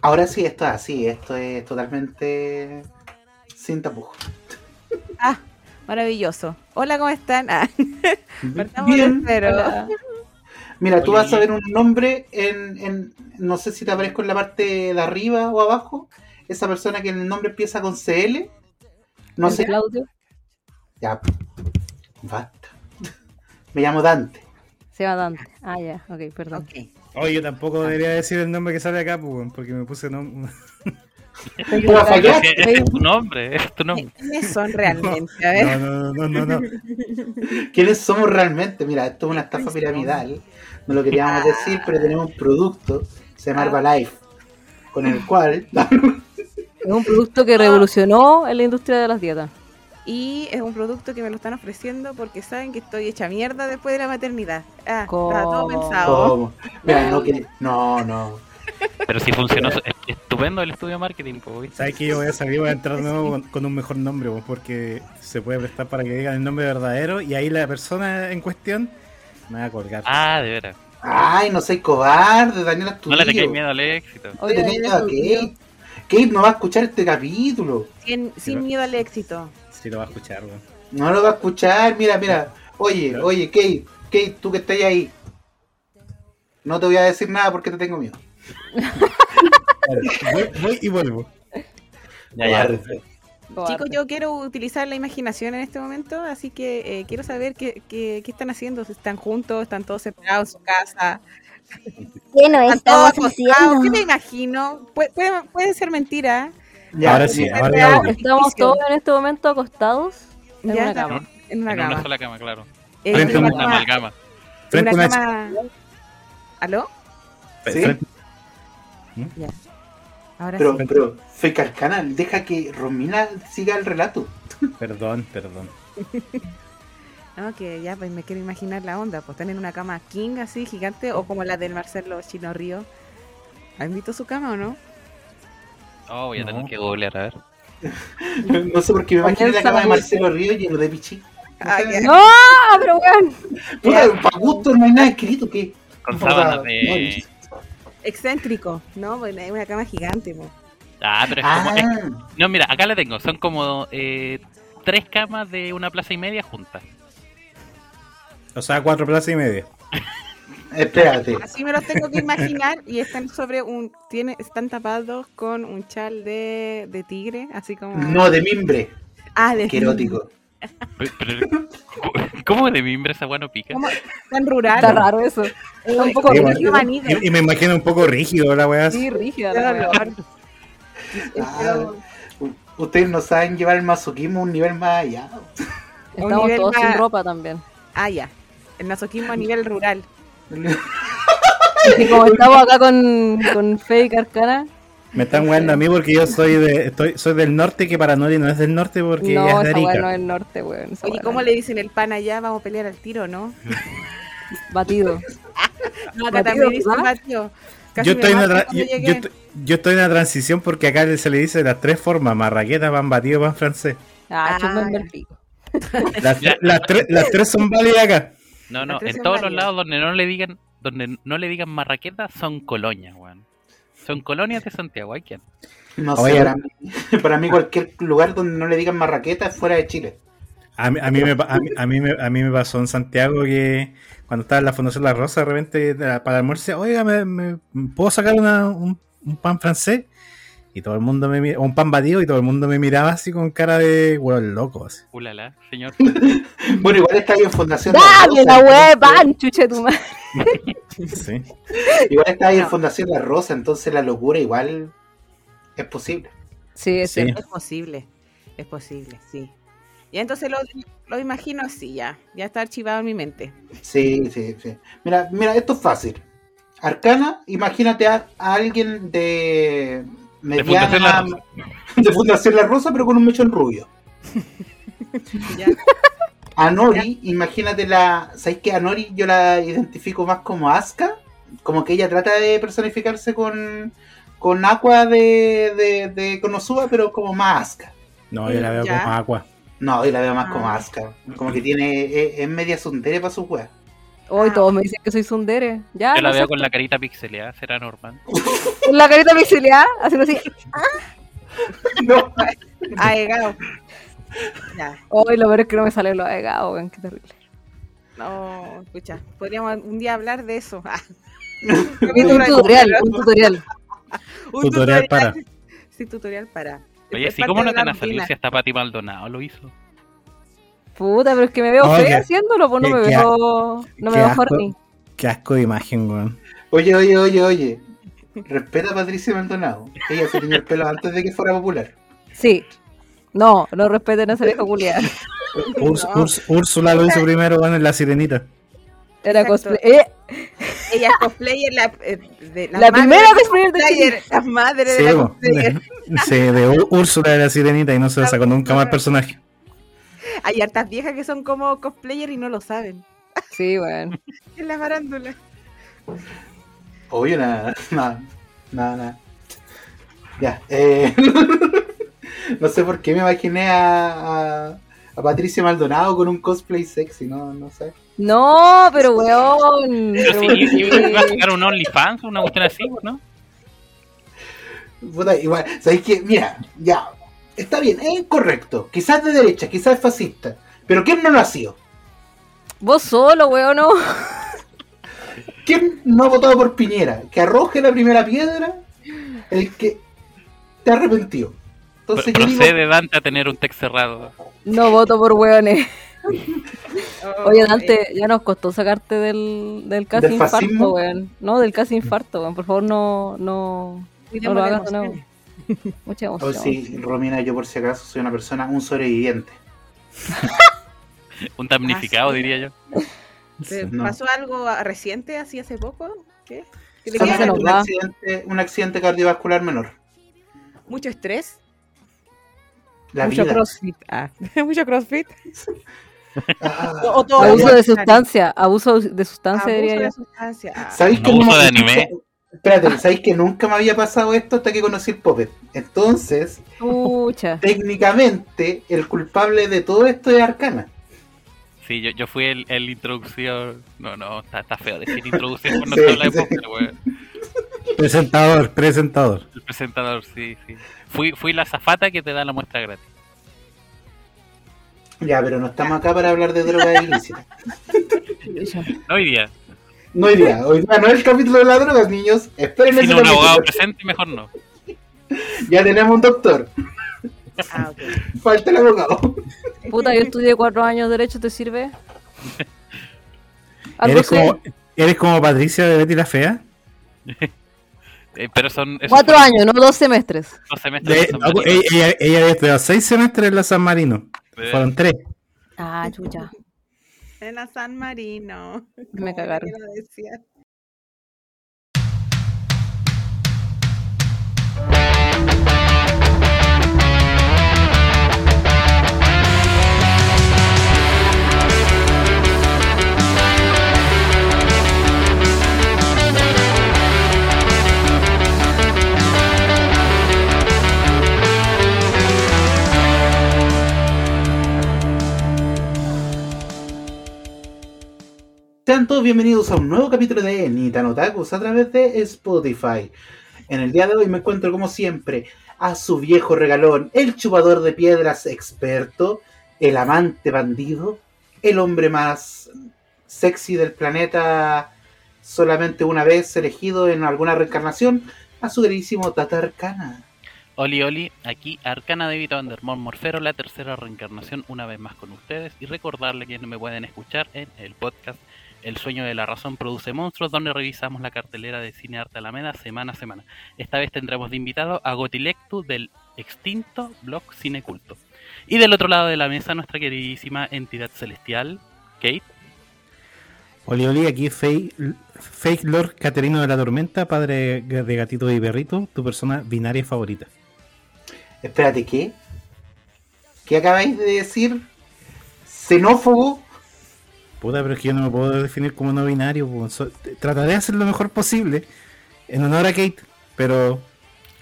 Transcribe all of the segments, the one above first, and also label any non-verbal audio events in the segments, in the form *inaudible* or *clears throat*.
Ahora sí, esto es así, esto es totalmente sin tapujos. Ah, maravilloso. Hola, ¿cómo están? *laughs* Ah, partamos Bien. de cero. Mira, tú Oye, vas a y- ver un nombre en, en- no sé si te aparezco en la parte de arriba o abajo, esa persona que el nombre empieza con CL, no sé, Claudio. ya, basta. *laughs* Me llamo Dante. Se va Dante. Ah, ya, ok, perdón. Oye, yo Ah. tampoco debería decir el nombre que sale acá, pues, weón, porque me *laughs* puse nom- Estoy Pero Ah, buscando- fallaste. Ese- ese es tu nombre, ese es tu nombre. ¿Quiénes son realmente? A ver. No, no, no, no, no. no. ¿Quiénes somos realmente? Mira, esto es una estafa piramidal. No lo queríamos decir, pero tenemos un producto, se Ah. llama Herbalife, con el cual... *laughs* Es un producto que revolucionó en la industria de las dietas. Y es un producto que me lo están ofreciendo porque saben que estoy hecha mierda después de la maternidad. Ah, está todo ¿Cómo? pensado. Ah. ¿Cómo? *laughs* Mira, no, que- no, no. Pero si funcionó, es estupendo el estudio de marketing, pues, ¿viste? Sabes que yo voy a salir, voy a entrar de nuevo con, con un mejor nombre, weón, porque se puede prestar para que digan el nombre verdadero y ahí la persona en cuestión me va a colgar. Ah, de veras. Ay, no soy cobarde, Daniela, tu No le tengáis miedo al éxito. No le tengáis miedo a Kate. Kate no va a escuchar este capítulo. Sin, sin miedo al éxito. Si lo va a escuchar, weón. No lo va a escuchar, mira, mira. Oye, Ya. oye, Kate, Kate, tú que estás ahí. No te voy a decir nada porque te tengo miedo. Voy, voy y vuelvo. Ya, ya. Cobarde. Chicos, yo quiero utilizar la imaginación en este momento, así que eh, quiero saber qué, qué, qué están haciendo. si ¿Están juntos? ¿Están todos separados en su casa? ¿Qué nos ¿Están todos estamos acostados? ¿Qué haciendo? me imagino? Pu- puede, puede ser mentira. Ya, ahora sí, mira. ahora Real. ya voy. Estamos Ficticio. todos en este momento acostados Ya, en una está- cama. En una En una cama. sola cama, claro. Eh, Frente en a una un- Una cama. amalgama. en Frente a una una cama- ¿Aló? ch- ¿Sí? frente- Ahora Pero, sí. pero, feca el canal, deja que Romina siga el *laughs* relato. Perdón, perdón. No, que ya pues, me quiero imaginar la onda. Pues están en una cama king así, gigante, o como la del Marcelo Chino Río. ¿Han visto su cama o no? Oh, voy a tener No. que googlear, a ver. No sé por qué me imagino la cama de Marcelo Río lleno de pichín. Ah, ya. ¡No! ¡Pero weón! Puta, para gusto no hay nada escrito, ¿qué? Ah. Con Puta, sábanas de. Excéntrico, ¿no? Bueno, es una cama gigante. pues. po. Ah, pero es como. es- Ah, No, mira, acá la tengo. Son como eh, tres camas de una plaza y media juntas. O sea, cuatro plazas y media. espérate. Así me los tengo que imaginar y están sobre un. Tiene, están tapados con un chal de, de tigre, así como. No, de mimbre. ah, de Qué *laughs* erótico. Pero- pero- *laughs* ¿Cómo de mimbre esa guano pica? ¿Cómo? Tan rural. Está raro eso. Está un poco Sí, Pero bueno. es rígido. manido. Y, y me imagino un poco rígido la weá. Sí, rígida Qué la dolor. weá. Ah, u- ustedes no saben llevar el masoquismo a un nivel más allá. Estamos nivel todos más- sin ropa también. Ah, ya. El masoquismo a nivel rural. Y como estamos acá con, con Fe y Carcana, Me están weando a mí porque yo soy de estoy, soy del norte, que para Nori no es del norte porque no, ella es de esa weá no Arica. es norte, weón. esa Oye, weá ¿cómo no le dicen el pan allá? Vamos a pelear al tiro, *laughs* ¿no? es- Batido. No, Batido, acá también dicen ¿verdad? batido. Casi Yo me estoy, en una mato tra- cuando yo, yo llegué. estoy- yo estoy en una transición porque acá se le dice de las tres formas, marraqueta, pan batido, pan francés. Ah, Ah, chupame ya. el pico. Las, Ya. las tres- las tres son válidas acá. No, no, Las tres en son todos los válidas. lados donde no le digan donde no le digan marraqueta son colonias, weón. Son colonias de Santiago, hay quien. No sé, Oye. para mí, *laughs* para mí cualquier lugar donde no le digan marraqueta es fuera de *laughs* Chile. A mí, a, mí me, pa- a, mí, a mí me, a mí me pasó en Santiago que cuando estaba en la Fundación La Rosa, de repente de la- para el almuerzo, oiga, ¿me, me- puedo sacar una- un, un pan francés? Y todo el mundo me mi- un pan batido, y todo el mundo me miraba así con cara de hueón loco. Así. Ulala, señor. Bueno, igual está ahí en Fundación ¡Dame la Rosa, weá, entonces- pan! Chuche tu madre. Sí. Igual está ahí en Fundación La Rosa, entonces la locura igual es posible. Sí, es Sí. cierto. Es posible, es posible, sí. Y entonces lo, lo imagino así, ya. Ya está archivado en mi *laughs* mente. Sí, sí, sí. Mira, mira, esto es fácil. Arcana, imagínate a, a alguien de mediana Fundación La Rosa. de Fundación La Rosa, pero con un mechón rubio. *laughs* Ya. A Nori, imagínate la. ¿Sabéis que a Nori yo la identifico más como Asuka? Como que ella trata de personificarse con. Con Aqua de, de, de Konosuba, pero como más Asuka. No, yo la *laughs* veo Ya. como agua. No, yo la veo más Ah. como Asuka. Como que tiene. Es, es media sundere para su weas. Hoy todos me dicen que soy Sundere. Ya, Yo la no sé, veo con la carita pixeleada, será normal. con la carita pixeleada, haciendo así. *laughs* No, Ah, *laughs* llegado. Ya. Hoy lo peor es que no me sale lo agado, weón, qué terrible. No, escucha. Podríamos un día hablar de eso. *laughs* Ah, Necesito un tutorial, un tutorial. un Tutorial para. Sí, tutorial para. Oye, Es ¿sí parte cómo de no te la van a salir rutina. si hasta Pati Maldonado lo hizo? Puta, pero es que me veo No, que- fea haciéndolo, pues no que- me que- veo. No me que veo asco. horny. Qué asco de imagen, weón. Oye, oye, oye, oye. Respeta a Patricia Maldonado. Ella se tenía el pelo antes de que fuera popular. Sí. No, no respeten a esa vieja culiada. Urs- Urs- Úrsula lo hizo primero, weón, en la sirenita. Era Exacto. cosplay. eh, Ella es cosplayer, la, eh, de, la madre primera de cosplayer de Chile. cosplayer, la madre de Sí, la weón. cosplayer. Sí, de Ú- Úrsula de la sirenita y no se la sacó nunca más el personaje. Hay hartas viejas que son como cosplayer y no lo saben. Sí, weón. En la farándula. Oye, nada, *laughs* nada, nada, nada. Ya, eh, *laughs* no sé por qué me imaginé a, a, a Patricia Maldonado con un cosplay sexy, no, no sé. No, pero weón. Pero pero sí, weón, y- y- sí. iba a sacar un OnlyFans, una cuestión así, pues, ¿no? Puta, igual, ¿sabéis qué? Mira, ya, está bien, es incorrecto. Quizás de derecha, quizás es fascista. Pero ¿quién no lo ha sido? Vos solo, weón, no. ¿Quién no ha votado por Piñera? Que arroje la primera piedra el que te ha arrepentido. Pro- Entonces yo digo, Procede Dante a tener un text cerrado. No voto por weones. Oh, Oye, eh, Dante, ya nos costó sacarte del, del casi ¿Del infarto, fascismo? weón. No, del casi infarto, weón. Por favor, no, no, no cuidemos lo las hagas de nuevo. emociones. Mucha emoción. oh, sí, Romina, yo por si acaso soy una persona, un sobreviviente. Un damnificado, Ah, sí. diría yo. ¿Te No. Eh, ¿Pasó algo reciente, así hace poco? ¿Qué? ¿Que te Solo que se quedaron nos un, va. accidente, un accidente cardiovascular menor. mucho estrés? La Mucho vida. crossfit. Ah, *laughs* mucho crossfit. Ah, O- o todo la Abuso vida. de sustancia, abuso de Abuso sustancia, diría yo. de sustancia. Ah, ¿Sabéis que Abuso no- de anime. Espérate, ¿sabéis que nunca me había pasado esto hasta que conocí el Poppet? Entonces, Pucha. técnicamente, el culpable de todo esto es Arcana. Sí, yo, yo fui el, el introducción. No, no, está, está feo decir introducción cuando Sí, se habla de sí. póker, weón. Presentador, presentador. El presentador, sí, sí. Fui, fui la zafata que te da la muestra gratis. Ya, pero no estamos acá para hablar de droga *laughs* ilícita. pucha. No hoy día. No hoy día, hoy día no es el capítulo de las drogas, niños. Esperen ese Sin un capítulo. abogado presente, mejor no. Ya tenemos un doctor. ah, ok. Falta el abogado. Puta, yo estudié cuatro años de derecho, ¿te sirve? *laughs* Algo ¿Eres sé. como, ¿Eres como Patricia de Betty la Fea? Eh, pero son. esos Cuatro son años, no dos semestres. Dos semestres. De- de Eh, San no, pues, Marino. ella, ella- ella había estudiado seis semestres en la San Marino. Eh, Fueron tres. Ah, chucha. En la San Marino. Me cagaron. Como yo decía. Sean todos bienvenidos a un nuevo capítulo de Nitan Otakus a través de Spotify. En el día de hoy me encuentro, como siempre, a su viejo regalón, el chupador de piedras experto, el amante bandido, el hombre más sexy del planeta, solamente una vez elegido en alguna reencarnación, a su queridísimo Tatarcana. Oli, Oli, aquí Arcana de Vito Vandermont Morfero, la tercera reencarnación, una vez más con ustedes. Y recordarle que me pueden escuchar en el podcast El sueño de la razón produce monstruos, donde revisamos la cartelera de cine Arte Alameda semana a semana. Esta vez tendremos de invitado a Gotilectu del extinto blog Cine Culto. Y del otro lado de la mesa, nuestra queridísima entidad celestial, Kate. Oli Oli, aquí Fake, fake Lord Caterino de la Tormenta, padre de gatito y perrito, tu persona binaria favorita. Espérate, ¿qué? ¿Qué acabáis de decir? ¿Xenófobo? Puta, pero es que yo no me puedo definir como no binario. po. So- trataré de hacer lo mejor posible en honor a Kate, pero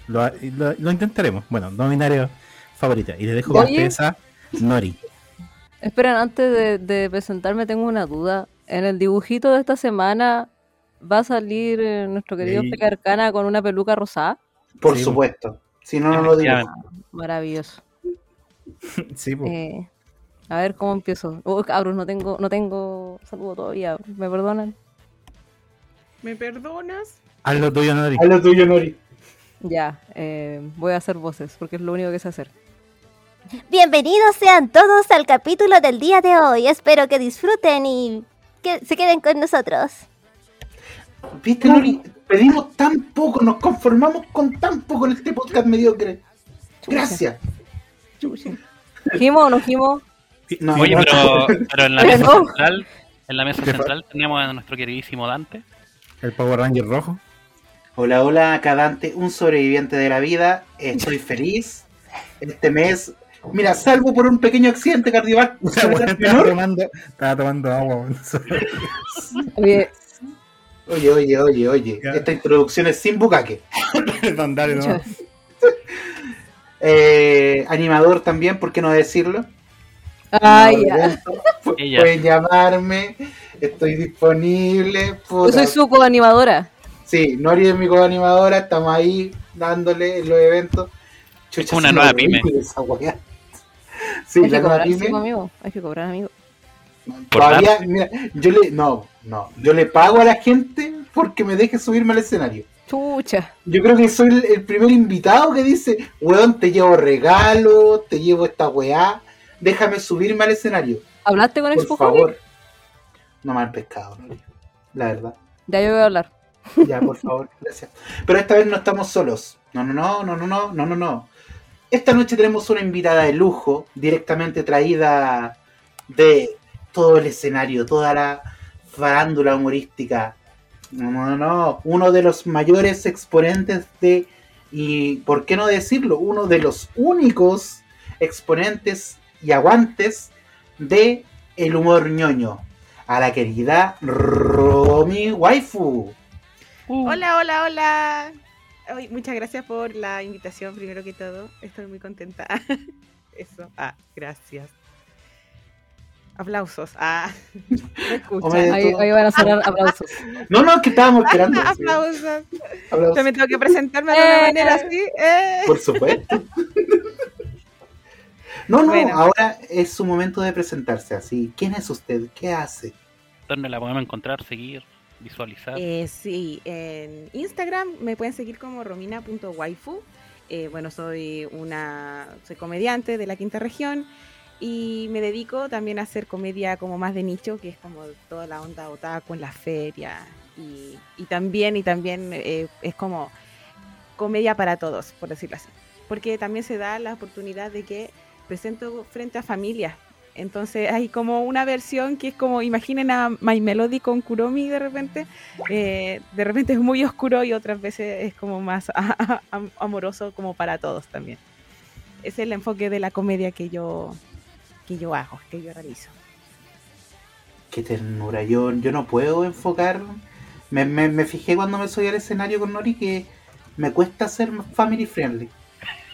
lo, ha- lo- lo intentaremos. Bueno, no binario favorita. Y le dejo con Oye. ustedes a Nori. Esperen, antes de, de presentarme tengo una duda. en el dibujito de esta semana va a salir eh, nuestro querido Sí. Peca Arcana con una peluca rosada. Por Sí, supuesto. Si no, no lo digo. Maravilloso. Sí, po. Eh, a ver cómo empiezo. Oh, cabros, no tengo, no tengo saludo todavía. ¿Me perdonan? ¿Me perdonas? Haz lo tuyo, Nori. Haz lo tuyo, Nori. Ya, eh, voy a hacer voces porque es lo único que sé hacer. Bienvenidos sean todos al capítulo del día de hoy. Espero que disfruten y que se queden con nosotros. ¿Viste, Nori? Pedimos tan poco, nos conformamos con tan poco en este podcast mediocre. Gracias. ¿Gimo o no gimo? No, Oye, no, pero, *laughs* pero en la Pero mesa no. central, en la mesa Te fa- central tenemos a nuestro queridísimo Dante. El Power Ranger rojo. Hola, hola, acá Dante, un sobreviviente de la vida. *laughs* Estoy feliz. Este mes, mira, salvo por un pequeño accidente Esa weá cardiovascular estaba menor. tomando, estaba tomando agua. weón. *laughs* Oye, *laughs* Oye, oye, oye, oye. Ya. Esta introducción es sin bucaque. Perdón, dale, no. Eh, animador también, ¿por qué no decirlo? ay, Ah, ya. *laughs* Pu- Ella. Pueden llamarme, estoy disponible. Yo puta. soy su coanimadora. Sí, Nori es mi coanimadora, estamos ahí dándole en los eventos. Chucha, Una sí, nueva lo pyme. ridículo esa weá. Sí, hay la que nueva cobrar, sí, pues, pyme. amigo. Hay que cobrar, amigo. Por Todavía, mira, yo le, no, no, yo le pago a la gente porque me deje subirme al escenario. Chucha. Yo creo que soy el, el primer invitado que dice, weón, te llevo regalo, te llevo esta weá, déjame subirme al escenario. ¿Hablaste con Por Expo Juli? favor. No mal pescado, Nori. La verdad. Ya yo voy a hablar. Ya, por favor, gracias. Pero esta vez no estamos solos. No, no, no, no, no, no, no, no, no. Esta noche tenemos una invitada de lujo, directamente traída de todo el escenario, toda la farándula humorística. No, no, no. Uno de los mayores exponentes de, y por qué no decirlo, uno de los únicos exponentes y aguantes de el humor ñoño. A la querida Romy Waifu. Hola, hola, hola. Ay, muchas gracias por la invitación, primero que todo. Estoy muy contenta. *laughs* Eso. Ah, gracias. Aplausos. Ah, No escucha. Hombre, Ahí, tú- ahí van a sonar aplausos. No, no, que estábamos esperando. *laughs* sí. aplausos. Aplausos. También tengo que presentarme de una Eh. manera así. Eh. Por *laughs* supuesto. No, no, Bueno. ahora es su momento de presentarse así. ¿Quién es usted? ¿Qué hace? ¿Dónde la podemos encontrar, seguir, visualizar? Eh, sí, en Instagram me pueden seguir como romina.waifu. Eh, bueno, soy una soy comediante de la quinta región y me dedico también a hacer comedia como más de nicho, que es como toda la onda otaku en la feria. Y, y también, y también eh, es como comedia para todos, por decirlo así. Porque también se da la oportunidad de que presento frente a familias. Entonces hay como una versión que es como, imaginen a My Melody con Kuromi de repente, eh, de repente es muy oscuro y otras veces es como más *laughs* am- amoroso como para todos también. Es el enfoque de la comedia que yo que yo hago, que yo realizo. Qué ternura. Yo, yo no puedo enfocar. Me, me- me fijé cuando me subí al escenario con Nori que me cuesta ser más family friendly.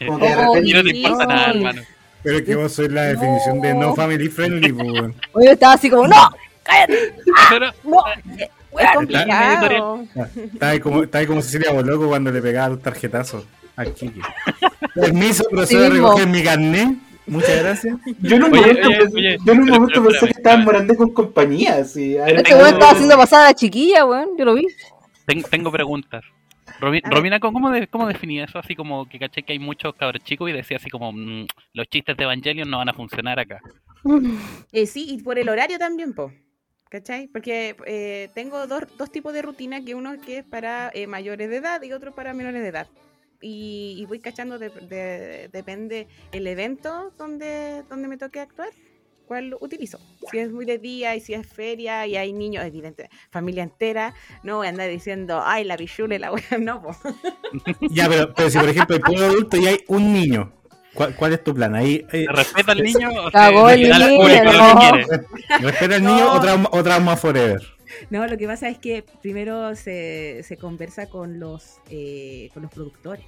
Como que de *laughs* Oh, repente. no te importa sí. nada, hermano. Pero es que vos sois la definición de no No. family friendly, po, weón. Oye, estaba así como, ¡No! Pero, ¡No! Es complicado. complicado. Está ahí como, está ahí como Cecilia Boloco cuando le pegaba los tarjetazos al Kiki. Permiso, profesor, Sí de mismo. recoger mi carnet. Muchas gracias. Yo en un Oye, momento, oye, pensé, oye, yo en un pero, momento pero, pensé espérame, que estaba espérame. morando con compañía. Así. Ay, Este weón estaba haciendo pasar a la chiquilla, weón. Yo lo vi. ten- tengo preguntas. Robi- A ver. Romina, ¿cómo, cómo de- cómo definía eso? Así como que caché que hay muchos cabros chicos y decía así como, "Mm, los chistes de Evangelion no van a funcionar acá. Eh, sí, y por el horario también, po. ¿Cachai? Porque eh, tengo dos, dos tipos de rutina, que uno que es para eh, mayores de edad y otro para menores de edad. Y, y voy cachando, de- de- depende el evento donde, donde me toque actuar, cuál utilizo. Si es muy de día y si es feria y hay niños, evidente, familia entera, no voy a andar diciendo, ay, la pichule, la wea, *laughs* no, po. Ya, pero, pero si por ejemplo hay puro adulto y hay un niño, ¿cuál, cuál es tu plan? Ahí, eh, ¿Se respeta al niño? o se- Cagó se el le da al niño, público lo que no. quiere? ¿Respeta al niño No. o, trauma, o trauma forever? No, lo que pasa es que primero se, se conversa con los, eh, con los productores.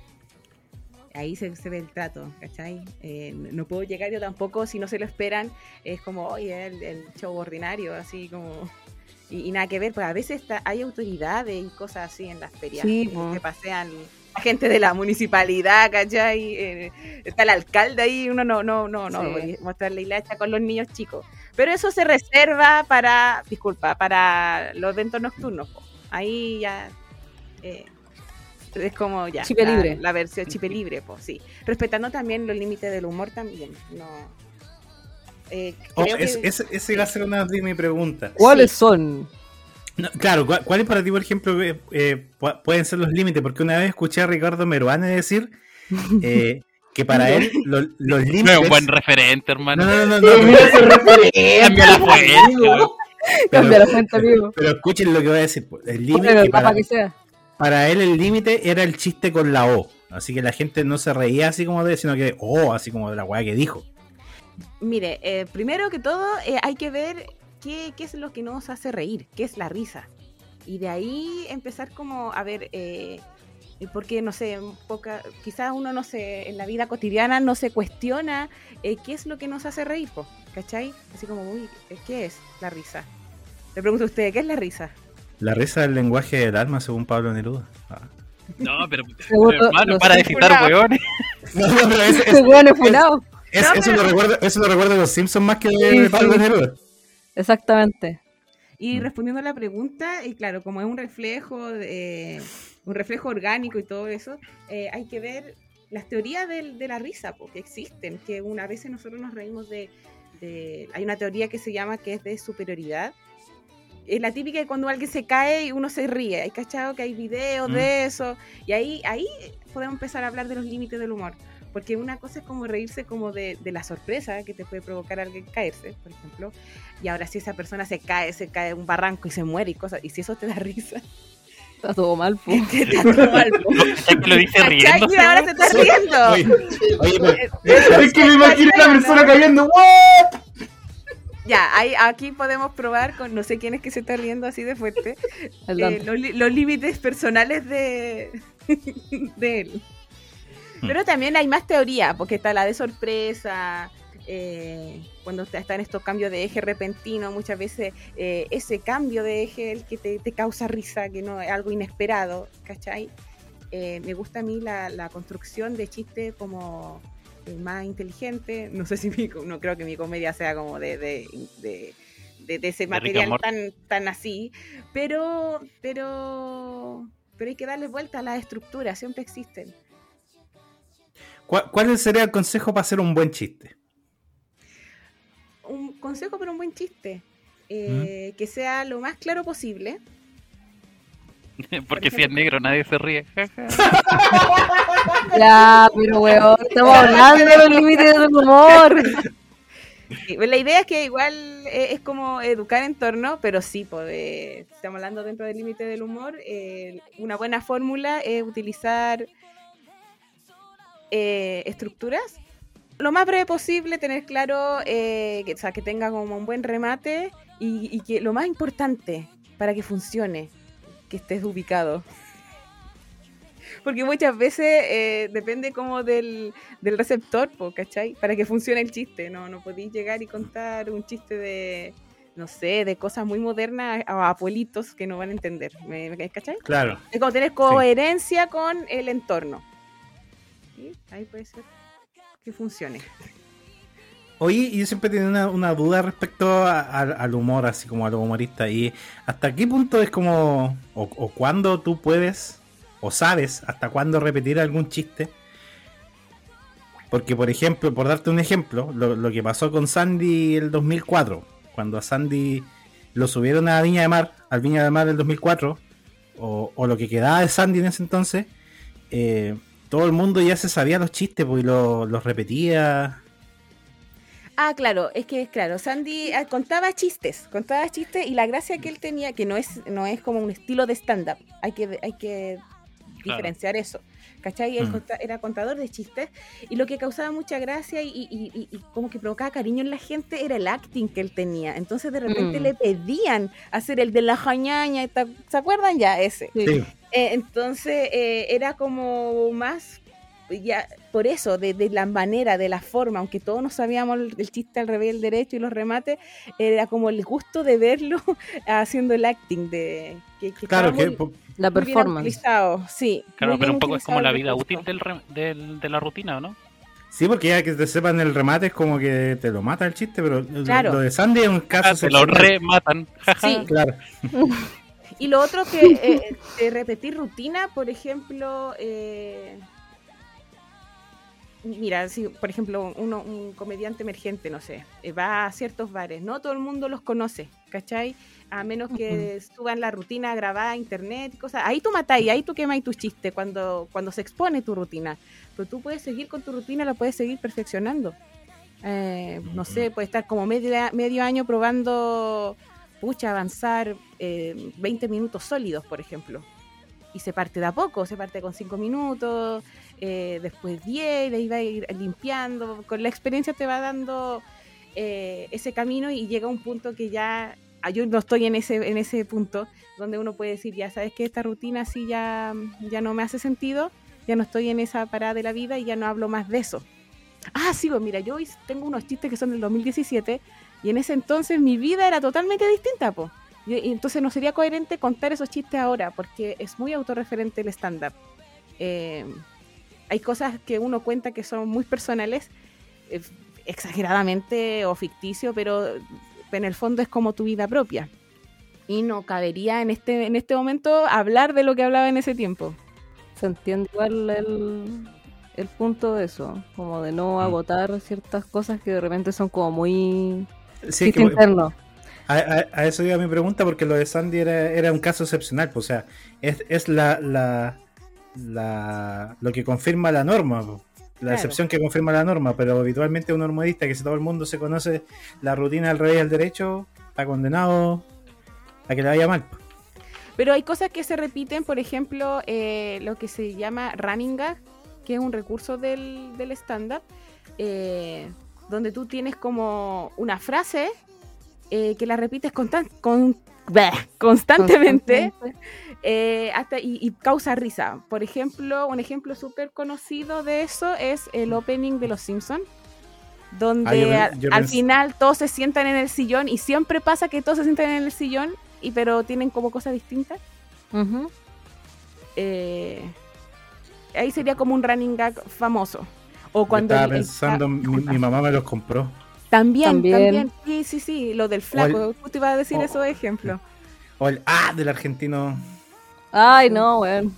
Ahí se, se ve el trato, ¿cachai? Eh, no puedo llegar yo tampoco, si no se lo esperan, es como, oye, el, el show ordinario, así como... Y, y nada que ver, pues a veces está- hay autoridades y cosas así en las ferias Sí, eh, po. que pasean la gente de la municipalidad, ¿cachai? Eh, está el alcalde ahí, uno no, no, no, no, Sí. voy a mostrarle hilacha con los niños chicos. Pero eso se reserva para, disculpa, para los eventos nocturnos. po. Ahí ya eh, es como ya. Chipe la- libre. La versión chipe libre, pues sí. Respetando también los límites del humor también. No. Eh, Oh, creo que- es- ese- ese iba a ser una de mis preguntas. ¿Cuáles son? No, claro, ¿cuál- ¿cuáles para ti, por ejemplo, eh, eh, pu- pueden ser los límites? Porque una vez escuché a Ricardo Meruane decir eh, que para él lo- los No límites. es un buen referente, hermano. No, no, no, no, Pero pero, mira ese referente, Cambia la fuente, weón. Cambia pero- la fuente, amigo. pero escuchen lo que voy a decir. pues, El límite Bueno, que para, para que sea. para él el límite era el chiste con la O. Así que la gente no se reía así como de, sino que, oh, así como de la weá que dijo. Mire, eh, primero que todo eh, hay que ver qué, qué es lo que nos hace reír, qué es la risa. Y de ahí empezar como a ver, eh, porque no sé, un poca, quizás uno no se, en la vida cotidiana no se cuestiona eh, qué es lo que nos hace reír, po, ¿cachai? Así como, uy, eh, ¿qué es la risa? Le pregunto a usted, ¿qué es la risa? La risa del lenguaje del alma, según Pablo Neruda. Ah. No, pero, Seguro pero, hermano, lo para de estoy citar curado. hueones. *laughs* No, no, pero es- es- Ese weón es funado. es- No, eso, pero- lo recuerda, eso lo recuerda los Simpsons más que Sí, Pablo sí. Neruda. Exactamente. Y Mm. respondiendo a la pregunta, y claro, como es un reflejo, de- un reflejo orgánico y todo eso, eh, hay que ver las teorías del- de, la risa, porque existen, que una vez nosotros nos reímos de, de- Hay una teoría que se llama que es de superioridad. Es la típica de cuando alguien se cae y uno se ríe. Hay cachado que hay videos de eso. Y ahí, ahí podemos empezar a hablar de los límites del humor. Porque una cosa es como reírse como de, de la sorpresa que te puede provocar alguien caerse, por ejemplo. Y ahora si esa persona se cae, se cae en un barranco y se muere y cosas. Y si eso te da risa, *laughs* Está todo mal, po. que te da mal. po. Ya que lo dice ¿Cachai? riéndose. Mira, ahora se está riendo. Oye, oye, pero- Es que me imagino a la persona cayendo. ¡Wow! Ya, ahí, aquí podemos probar con no sé quién es que se está riendo así de fuerte. El eh, Dante. los, li- los límites personales de, *laughs* de él. Hmm. Pero también hay más teoría, porque está la de sorpresa, eh, cuando está- están estos cambios de eje repentino, muchas veces eh, ese cambio de eje es el que te, te causa risa, que no es algo inesperado, ¿cachai? Eh, me gusta a mí la, la construcción de chistes como eh, más inteligente. No sé si mi, co- no creo que mi comedia sea como de, de, de- de- de ese Rick and material Morty. tan, tan así, pero, pero, pero hay que darle vuelta a las estructuras, siempre existen. ¿Cuál, cuál sería el consejo para hacer un buen chiste? un consejo para un buen chiste. Mm. eh, Que sea lo más claro posible. Porque si es negro nadie se ríe. Ya, pero weón, estamos hablando de los límites del humor. Sí, pues La idea es que igual eh, es como educar en torno, pero sí, po, de- estamos hablando dentro del límite del humor. eh, una buena fórmula es utilizar eh, estructuras lo más breve posible, tener claro eh, que, o sea, que tenga como un buen remate y, y que lo más importante para que funcione, que estés ubicado. Porque muchas veces eh, depende como del, del receptor, po, ¿cachai? Para que funcione el chiste, ¿no? No podéis llegar y contar un chiste de, no sé, de cosas muy modernas a abuelitos que no van a entender, ¿me, me cachai? Claro. Es como tener coherencia con el entorno. ¿Sí? Ahí puede ser que funcione. Oye, y yo siempre tenía una, una duda respecto a- a- al humor, así como a los humoristas. ¿Y hasta qué punto es como, o, o cuándo tú puedes, o sabes, hasta cuándo repetir algún chiste? Porque, por ejemplo, por darte un ejemplo, lo, lo que pasó con Sandy el 2004, cuando a Sandy lo subieron a Viña de Mar, al Viña de Mar del 2004, o, o lo que quedaba de Sandy en ese entonces, eh, todo el mundo ya se sabía los chistes, porque lo- los repetía. Ah, claro, es que claro, Sandy ah, contaba chistes, contaba chistes y la gracia que él tenía, que no es, no es como un estilo de stand-up, hay que, hay que diferenciar eso, ¿cachai? Él Mm. conta- era contador de chistes y lo que causaba mucha gracia y, y- y- y como que provocaba cariño en la gente era el acting que él tenía, entonces de repente Mm. le pedían hacer el de la jañaña, esta- ¿se acuerdan ya? Ese. Sí. Eh, entonces eh, era como más ya, por eso, de, de la manera, de la forma, aunque todos no sabíamos el, el chiste al revés, el derecho y los remates, era como el gusto de verlo *laughs* haciendo el acting de que, que Claro, estaba que muy- po- La muy bien performance. utilizado, sí. Claro, muy pero bien un poco es como utilizado la el vida recurso. útil del re- del- de la rutina, ¿no? sí, porque ya que te sepan el remate es como que te lo mata el chiste, pero lo- Claro. lo, de Sandy es un caso. Ah, se lo excepcional. rematan. *laughs* jaja. Sí, Claro. Y lo otro que eh, de repetir rutina, por ejemplo, eh, mira, si por ejemplo uno, un comediante emergente, no sé, eh, va a ciertos bares, no todo el mundo los conoce, ¿cachai? A menos que suban la rutina grabada a internet y cosas. Ahí tú matáis, ahí tú quemáis tus chistes cuando, cuando se expone tu rutina. Pero tú puedes seguir con tu rutina, la puedes seguir perfeccionando. Eh, no sé, puede estar como medio, medio año probando, pucha, avanzar eh, 20 minutos sólidos, por ejemplo. Y se parte de a poco, se parte con 5 minutos, eh, después 10, y de ahí va a ir limpiando. Con la experiencia te va dando eh, ese camino y llega un punto que ya, ah, yo no estoy en ese, en ese punto, donde uno puede decir, ya sabes que esta rutina sí ya, ya no me hace sentido, ya no estoy en esa parada de la vida y ya no hablo más de eso. Ah, sí, pues mira, yo hoy tengo unos chistes que son del 2017 y en ese entonces mi vida era totalmente distinta, po. Y, y entonces no sería coherente contar esos chistes ahora, porque es muy autorreferente el stand-up. Eh, hay cosas que uno cuenta que son muy personales, eh, exageradamente o ficticio, pero en el fondo es como tu vida propia. Y no cabería en este, en este momento hablar de lo que hablaba en ese tiempo. Se entiende igual el, el punto de eso, como de no Mm. agotar ciertas cosas que de repente son como muy Sí, es chiste que- interno. a, a- a eso iba mi pregunta, porque lo de Sandy era, era un caso excepcional. pues, o sea, es, es la, la, la- lo que confirma la norma. po. La Claro. excepción que confirma la norma, pero habitualmente un normalista que si todo el mundo se conoce la rutina al revés y al derecho, está condenado a que le vaya mal. po. Pero hay cosas que se repiten, por ejemplo, eh, lo que se llama running gag, que es un recurso del, del stand-up, eh, donde tú tienes como una frase eh, que la repites constan- con- bleh, constantemente eh, hasta y, y causa risa. Por ejemplo, un ejemplo súper conocido de eso es el opening de Los Simpsons. Donde Ah, yo pen- al- yo al pens- final todos se sientan en el sillón y siempre pasa que todos se sientan en el sillón y pero tienen como cosas distintas. Ujú. Eh, ahí sería como un running gag famoso. O Yo cuando estaba el- ah, el- pensando, mi, mi mamá me los compró. también, También. también, Sí, sí, sí, lo del flaco. Tú te ibas a decir o- esos ejemplos. O el ah del argentino. Ay, no, weón.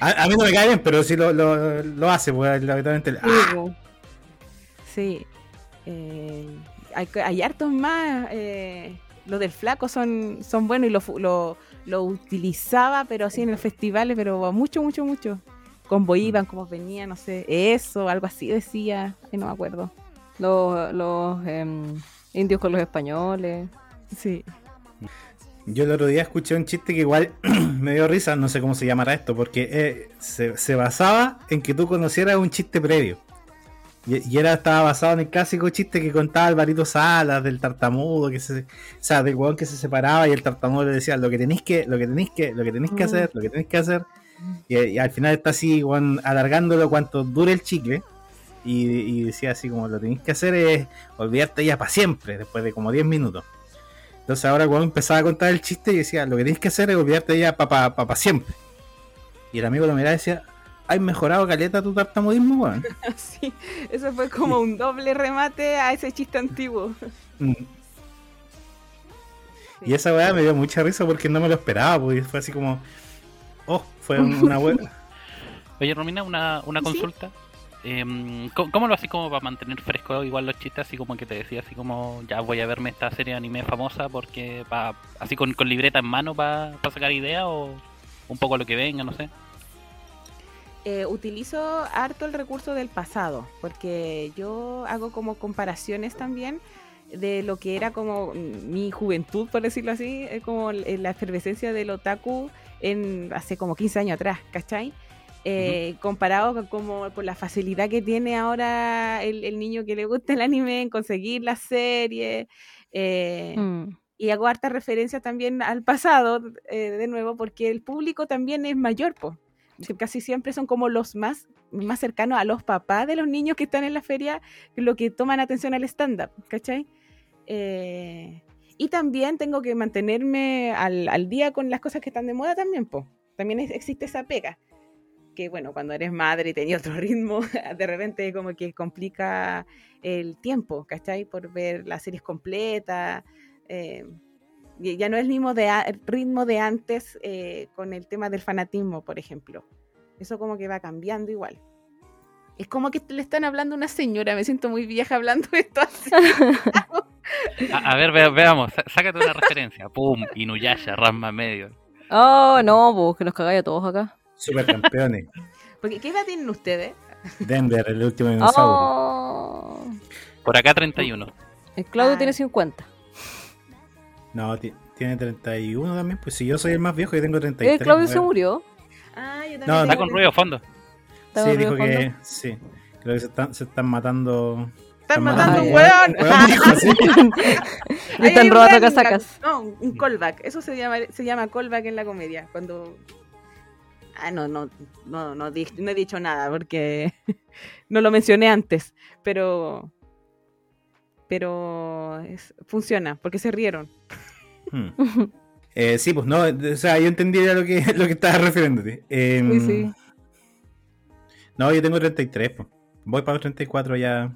A, a mí no me cae bien, pero sí lo, lo, lo hace, pues, habitualmente el *laughs* ah. Sí. Eh, hay, co- hay hartos más. eh, los del flaco son, son buenos y lo, fu- lo, lo utilizaba, pero así en los festivales, pero mucho, mucho, mucho. Como Mm. iban, como venían, no sé, eso, algo así decía, ay, no me acuerdo. Los, los em, indios con los españoles. Sí. Yo el otro día escuché un chiste que igual *clears throat* me dio risa, no sé cómo se llamará esto, porque eh, se, se basaba en que tú conocieras un chiste previo. Y, y era, estaba basado en el clásico chiste que contaba Alvarito Salas, del tartamudo, que se, o sea, del huevón que se separaba y el tartamudo le decía lo que tenéis que, lo que tenéis que, lo que tenéis que hacer, lo que tenéis que hacer. Y, y al final está así, weón, alargándolo cuanto dure el chicle. Y, y decía así como lo tenéis que hacer es olvidarte ya para siempre, después de como 10 minutos. Entonces ahora cuando empezaba a contar el chiste y decía, lo que tienes que hacer es olvidarte de ella para pa, pa- pa siempre. Y el amigo lo miraba y decía, ¿has mejorado caleta tu *laughs* tartamudismo, weón? *laughs* Sí, eso fue como un doble remate a ese chiste antiguo. Mm. Y esa weá me dio mucha risa porque no me lo esperaba, porque fue así como, oh, fue un- *laughs* una weá. Oye, Romina, una, una consulta. Em, ¿cómo, cómo lo haces como para mantener fresco igual los chistes? Así como que te decía, así como ya voy a verme esta serie de anime famosa porque pa- así con, con libreta en mano para sacar ideas o un poco lo que venga, no sé. eh, utilizo harto el recurso del pasado, porque yo hago como comparaciones también de lo que era como mm, mi juventud, por decirlo así, eh, como l- eh, la efervescencia del otaku en, hace como 15 años atrás, ¿cachai? Eh, Comparado con, como, con la facilidad que tiene ahora el, el niño que le gusta el anime en conseguir la serie. Eh, Mm. y hago harta referencia también al pasado, eh, de nuevo, porque el público también es mayor, po. Sí, casi siempre son como los más, más cercanos a los papás de los niños que están en la feria, lo que toman atención al stand-up, ¿cachai? Eh, y también tengo que mantenerme al, al día con las cosas que están de moda también, po. También es- existe esa pega. Que bueno, cuando eres madre y tenías otro ritmo, *laughs* de repente como que complica el tiempo, ¿cachai? Por ver las series completas. eh, y ya no es el mismo de a- ritmo de antes eh, con el tema del fanatismo, por ejemplo. Eso como que va cambiando igual. Es como que le están hablando a una señora, me siento muy vieja hablando esto así. A, a ver, ve- veamos, sa- sácate una *laughs* referencia. Pum, Inuyasha, Rasma Medio. Oh, no, pues que los cagáis a todos acá. Supercampeones. *laughs* Porque, ¿qué edad tienen ustedes? Denver, el último dinosaurio. Oh, Por acá 31. el Claudio Ah. tiene 50. No, ti- tiene 31 también. Pues si yo soy el más viejo, yo tengo 33. El Claudio se ¿no? murió. Ah, yo No, Está con ruido fondo. Está Sí, con dijo ruido que. Sí. Creo que se están, se están matando. Están matando matando Ah, un un hueón. hueón, dijo, *laughs* sí. Le Ahí hay están un robando running gag. casacas. No, un callback. Eso se llama, se llama callback en la comedia. Cuando. Ah, no, no, no, no, di- no he dicho nada porque *laughs* no lo mencioné antes. Pero. Pero es- funciona, porque se rieron. Hmm. Eh, sí, pues no. O sea, yo entendí ya lo que, *laughs* lo que estabas refiriéndote. Em, Sí, sí. No, yo tengo 33. pues. Voy para los 34 ya.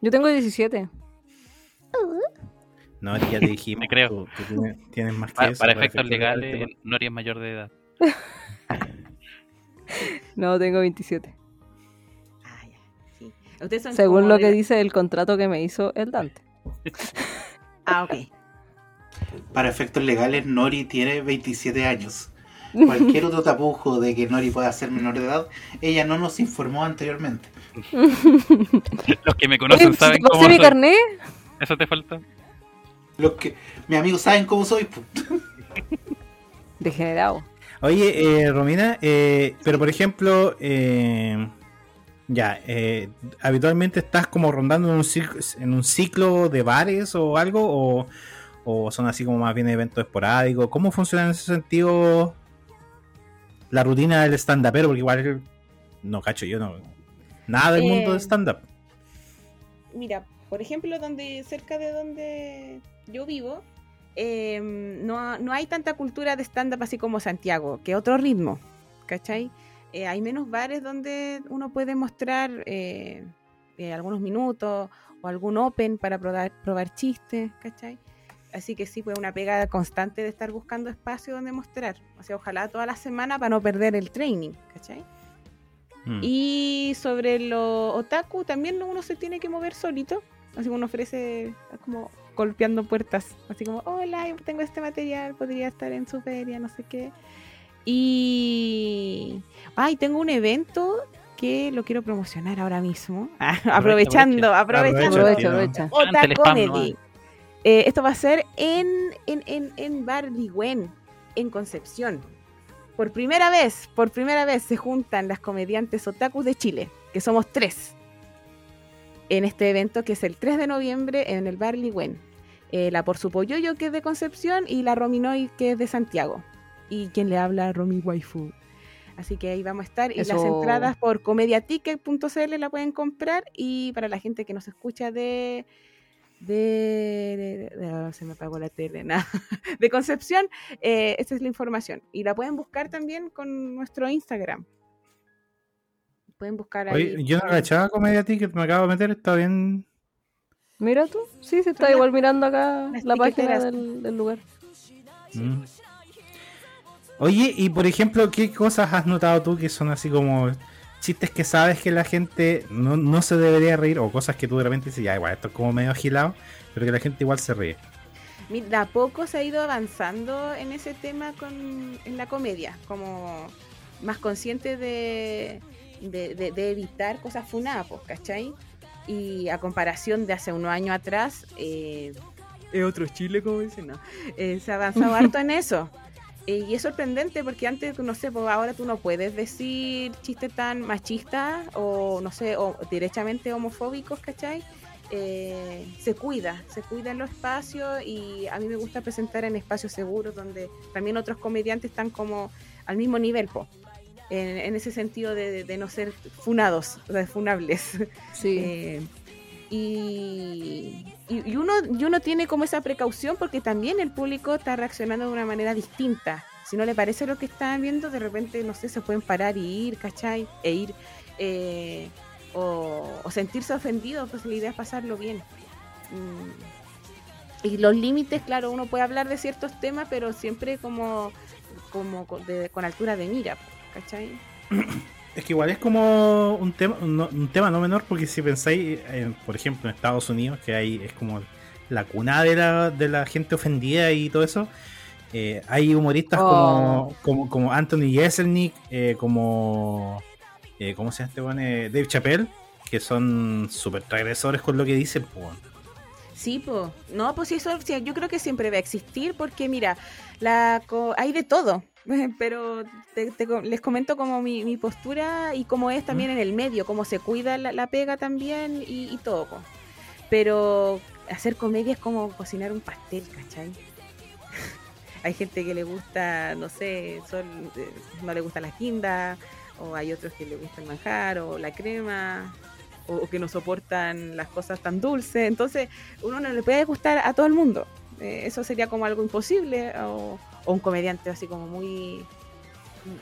Yo tengo 17. No, ya te *laughs* dijimos. Te creo. tú- tú tienes, tienes más que Para, eso. para efectos este, legales, pues. Nori es mayor de edad. No, tengo 27. Ah, ya. Sí. Ustedes son Según como lo de que la- dice el contrato que me hizo el Dante. Ah, ok. Para efectos legales, Nori tiene 27 años. Cualquier otro tapujo de que Nori pueda ser menor de edad, ella no nos informó anteriormente. Los que me Oye, conocen ¿se te saben pasé cómo mi soy. carné? ¿Eso te falta? Los que mis amigos saben cómo soy. pues. pu. Degenerado. Oye, eh, Romina, eh, pero por ejemplo, eh, ya, eh, habitualmente estás como rondando en un, ciclo, en un ciclo de bares o algo, o, o son así como más bien eventos esporádicos. ¿Cómo funciona en ese sentido la rutina del stand-up? Pero porque igual, no cacho, yo no. Nada del Eh, mundo de stand-up. mira, por ejemplo, donde cerca de donde yo vivo, eh, no, no hay tanta cultura de stand-up así como Santiago, que otro ritmo, ¿cachai? Eh, hay menos bares donde uno puede mostrar eh, eh, algunos minutos o algún open para probar, probar chistes, ¿cachai? Así que sí, pues una pega constante de estar buscando espacio donde mostrar. O sea, ojalá toda la semana para no perder el training, ¿cachai? Mm. Y sobre lo otaku, también uno se tiene que mover solito. Así como uno ofrece, como golpeando puertas. Así como, hola, yo tengo este material, podría estar en su feria, no sé qué. Y. Ay, tengo un evento que lo quiero promocionar ahora mismo. *laughs* Ah, aprovechando, aprovechando. Aprovecha, Aprovecha, tío. aprovecha. Ante el Otaku spam, Comedy. Eh, esto va a ser en, en, en, en Bardigüen, en Concepción. Por primera vez, por primera vez se juntan las comediantes otakus de Chile, que somos tres, en este evento que es el 3 de noviembre en el Barligüen. Eh, la por su polloyo que es de Concepción y la Rominoy que es de Santiago. Y quien le habla Romi Waifu. Así que ahí vamos a estar. Y las Eso. entradas por comediaticket.cl la pueden comprar. Y para la gente que nos escucha de. de. de- de- ah, se me apagó la tele, *laughs* nada. De Concepción, eh, esta es la información. Y la pueden buscar también con nuestro Instagram. Pueden buscar ahí. Oye, yo no agachaba comedia ticket, me acabo de meter, está bien. Mira tú. Sí, se está Son igual las- mirando acá las la página tiqueteras. del, del lugar. Mm. Oye, y por ejemplo, ¿qué cosas has notado tú que son así como chistes que sabes que la gente no, no se debería reír o cosas que tú de repente dices, ya, igual, esto es como medio agilado, pero que la gente igual se ríe? Mira, de a poco se ha ido avanzando en ese tema con, en la comedia, como más consciente de, de, de- de evitar cosas funadas, pues, ¿cachai? Y a comparación de hace unos años atrás, eh, es otro Chile, como dicen, ¿no? Eh, se ha *laughs* avanzado harto en eso. Eh, y es sorprendente porque antes, no sé, pues ahora tú no puedes decir chistes tan machistas o, no sé, o directamente homofóbicos, ¿cachai? eh, se cuida, se cuida en los espacios y a mí me gusta presentar en espacios seguros donde también otros comediantes están como al mismo nivel, po. En, en ese sentido de, de no ser funados, o sea, funables. Sí. Eh, y, y- y uno, y uno tiene como esa precaución porque también el público está reaccionando de una manera distinta. Si no le parece lo que están viendo, de repente, no sé, se pueden parar y ir, ¿cachai? E ir. eh, o, o sentirse ofendidos, pues la idea es pasarlo bien. Mm. Y los límites, claro, uno puede hablar de ciertos temas, pero siempre como, como con, de- con altura de mira, ¿cachai? Es que igual es como un tema, no, un tema no menor, porque si pensáis, eh, en, por ejemplo, en Estados Unidos, que ahí es como la cuna de la, de la gente ofendida y todo eso, eh, hay humoristas Oh. como, como, como Anthony Jeselnik, eh, como. eh, ¿Cómo se llama este weón? Eh, Dave Chappelle, que son súper transgresores con lo que dicen, po, weón. Sí, pues. No, pues sí, eso sí, yo creo que siempre va a existir porque, mira, la co- hay de todo. *laughs* Pero te- te co- les comento como mi, mi postura y cómo es también en el medio, cómo se cuida la, la pega también y, y todo. po. Pero hacer comedia es como cocinar un pastel, ¿cachai? *laughs* hay gente que le gusta, no sé, son- eh, no le gustan las guindas, o hay otros que le gusta el manjar o la crema, o, o que no soportan las cosas tan dulces. Entonces, uno no le puede gustar a todo el mundo. Eh, eso sería como algo imposible o, o un comediante así como muy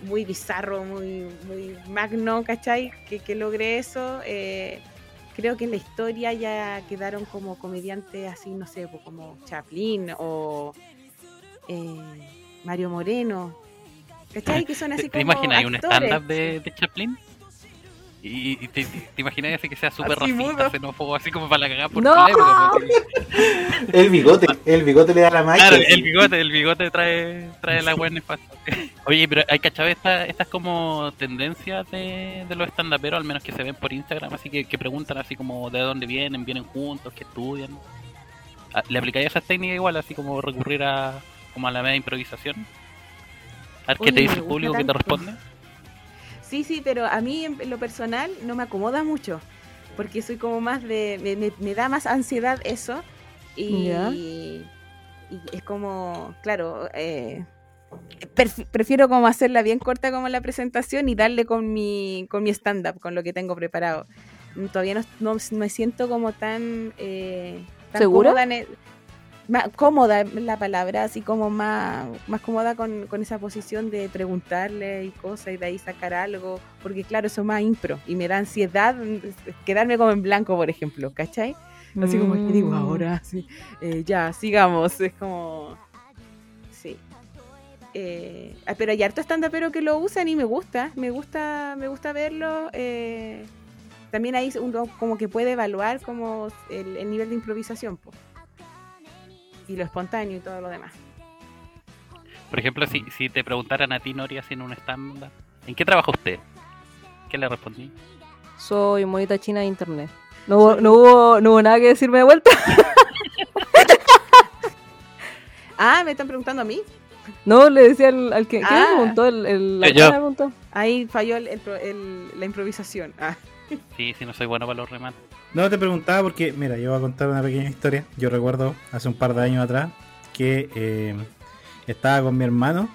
muy bizarro, muy, muy magno, ¿cachai? Que, que logre eso. eh, creo que en la historia ya quedaron como comediantes así, no sé, po, como Chaplin o eh, Mario Moreno. ¿Cachai? Que son así *laughs* ¿Te, te como imaginas un actores. stand-up de, de Chaplin? Y, y te, te imaginas así que sea súper Así, racista, mudo. xenófobo, así como para la cagada por No. la época, pues, así. El bigote, el bigote le da la magia. Claro, el bigote, el bigote trae, trae la buena espacio. *laughs* Oye, pero hay cachado estas estas como tendencias de, de los stand al menos que se ven por Instagram, así que, que preguntan así como de dónde vienen, vienen juntos, que estudian. Ah, ¿Le aplicáis esas técnicas igual, así como recurrir a, como a la media improvisación? A ver qué Oye, te no dice me el gusta público que te tanto. responde. Sí, sí, pero a mí en en lo personal no me acomoda mucho, porque soy como más de, me, me- me da más ansiedad eso, y, Ya. y es como, claro, eh, perf- prefiero como hacerla bien corta como la presentación y darle con mi, con mi stand-up, con lo que tengo preparado. Mm, Todavía no, no me siento como tan... Eh, tan ¿Segura? Cómoda, en el- ma- cómoda es la palabra, así como más, más cómoda con, con esa posición de preguntarle y cosas y de ahí sacar algo, porque claro, eso es más impro y me da ansiedad mm, quedarme como en blanco, por ejemplo, ¿cachai? Así como, ¿qué digo Mm. ahora? Así, eh, ya, sigamos, es como... Sí. Eh, ah, pero hay harto stand pero que lo usan y me gusta, me gusta, me gusta verlo. eh, también ahí uno como que puede evaluar como el, el nivel de improvisación po. y lo espontáneo y todo lo demás. Por ejemplo, si, si te preguntaran a ti, Nori, así en un stand ¿en qué trabaja usted? ¿Qué le respondí? Mm, Soy monita china de internet. No hubo, no, hubo, no hubo nada que decirme de vuelta. *laughs* Ah, me están preguntando a mí. No, le decía al, al que. ¿Quién Ah. me preguntó? El, el, la Yo, yo. cara me preguntó. Ahí falló el- el pro- el- la improvisación. Ah. Sí, si no soy bueno para los remates. No te preguntaba porque, mira, yo voy a contar una pequeña historia. Yo recuerdo hace un par de años atrás que eh, estaba con mi hermano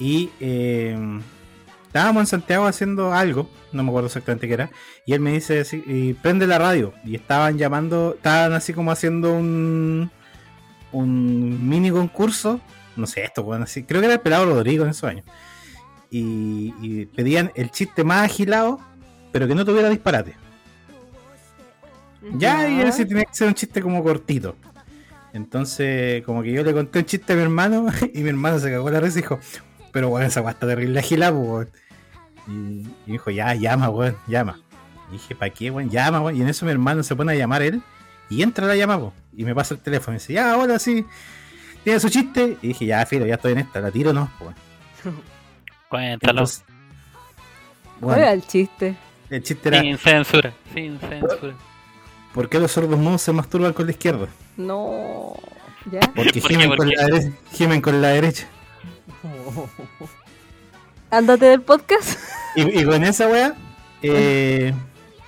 y eh, estábamos en Santiago haciendo algo, no me acuerdo exactamente qué era, y él me dice, así, y prende la radio, y estaban llamando, estaban así como haciendo un, un mini concurso, no sé, esto, bueno, así, creo que era el pelado Rodrigo en esos años, y, y pedían el chiste más agilado, pero que no tuviera disparate. Ya, y Ya. ese tenía que ser un chiste como cortito. Entonces, como que yo le conté un chiste a mi hermano *laughs* y mi hermano se cagó la risa y dijo, pero bueno, esa weá está terrible agilada, po, weón. Y, y dijo, ya, llama, weón, llama. Y dije, ¿para qué, weón? Llama, weón. Y en eso mi hermano se pone a llamar él y entra la llamada, po. Y me pasa el teléfono y dice, ya, hola, sí, tiene su chiste. Y dije, ya, filo, ya estoy en esta, la tiro, ¿no? po, weón. Cuéntalo. Entonces, ¿Cuál era weón, el chiste? el chiste era, Sin censura, sin censura. ¿por qué los sordos mudos se masturban con la izquierda? No. ¿Ya? Porque ¿Por qué? gimen ¿Por con qué? la derecha. Gimen con la derecha. Ándate del podcast. *laughs* Y, y con esa weá, eh,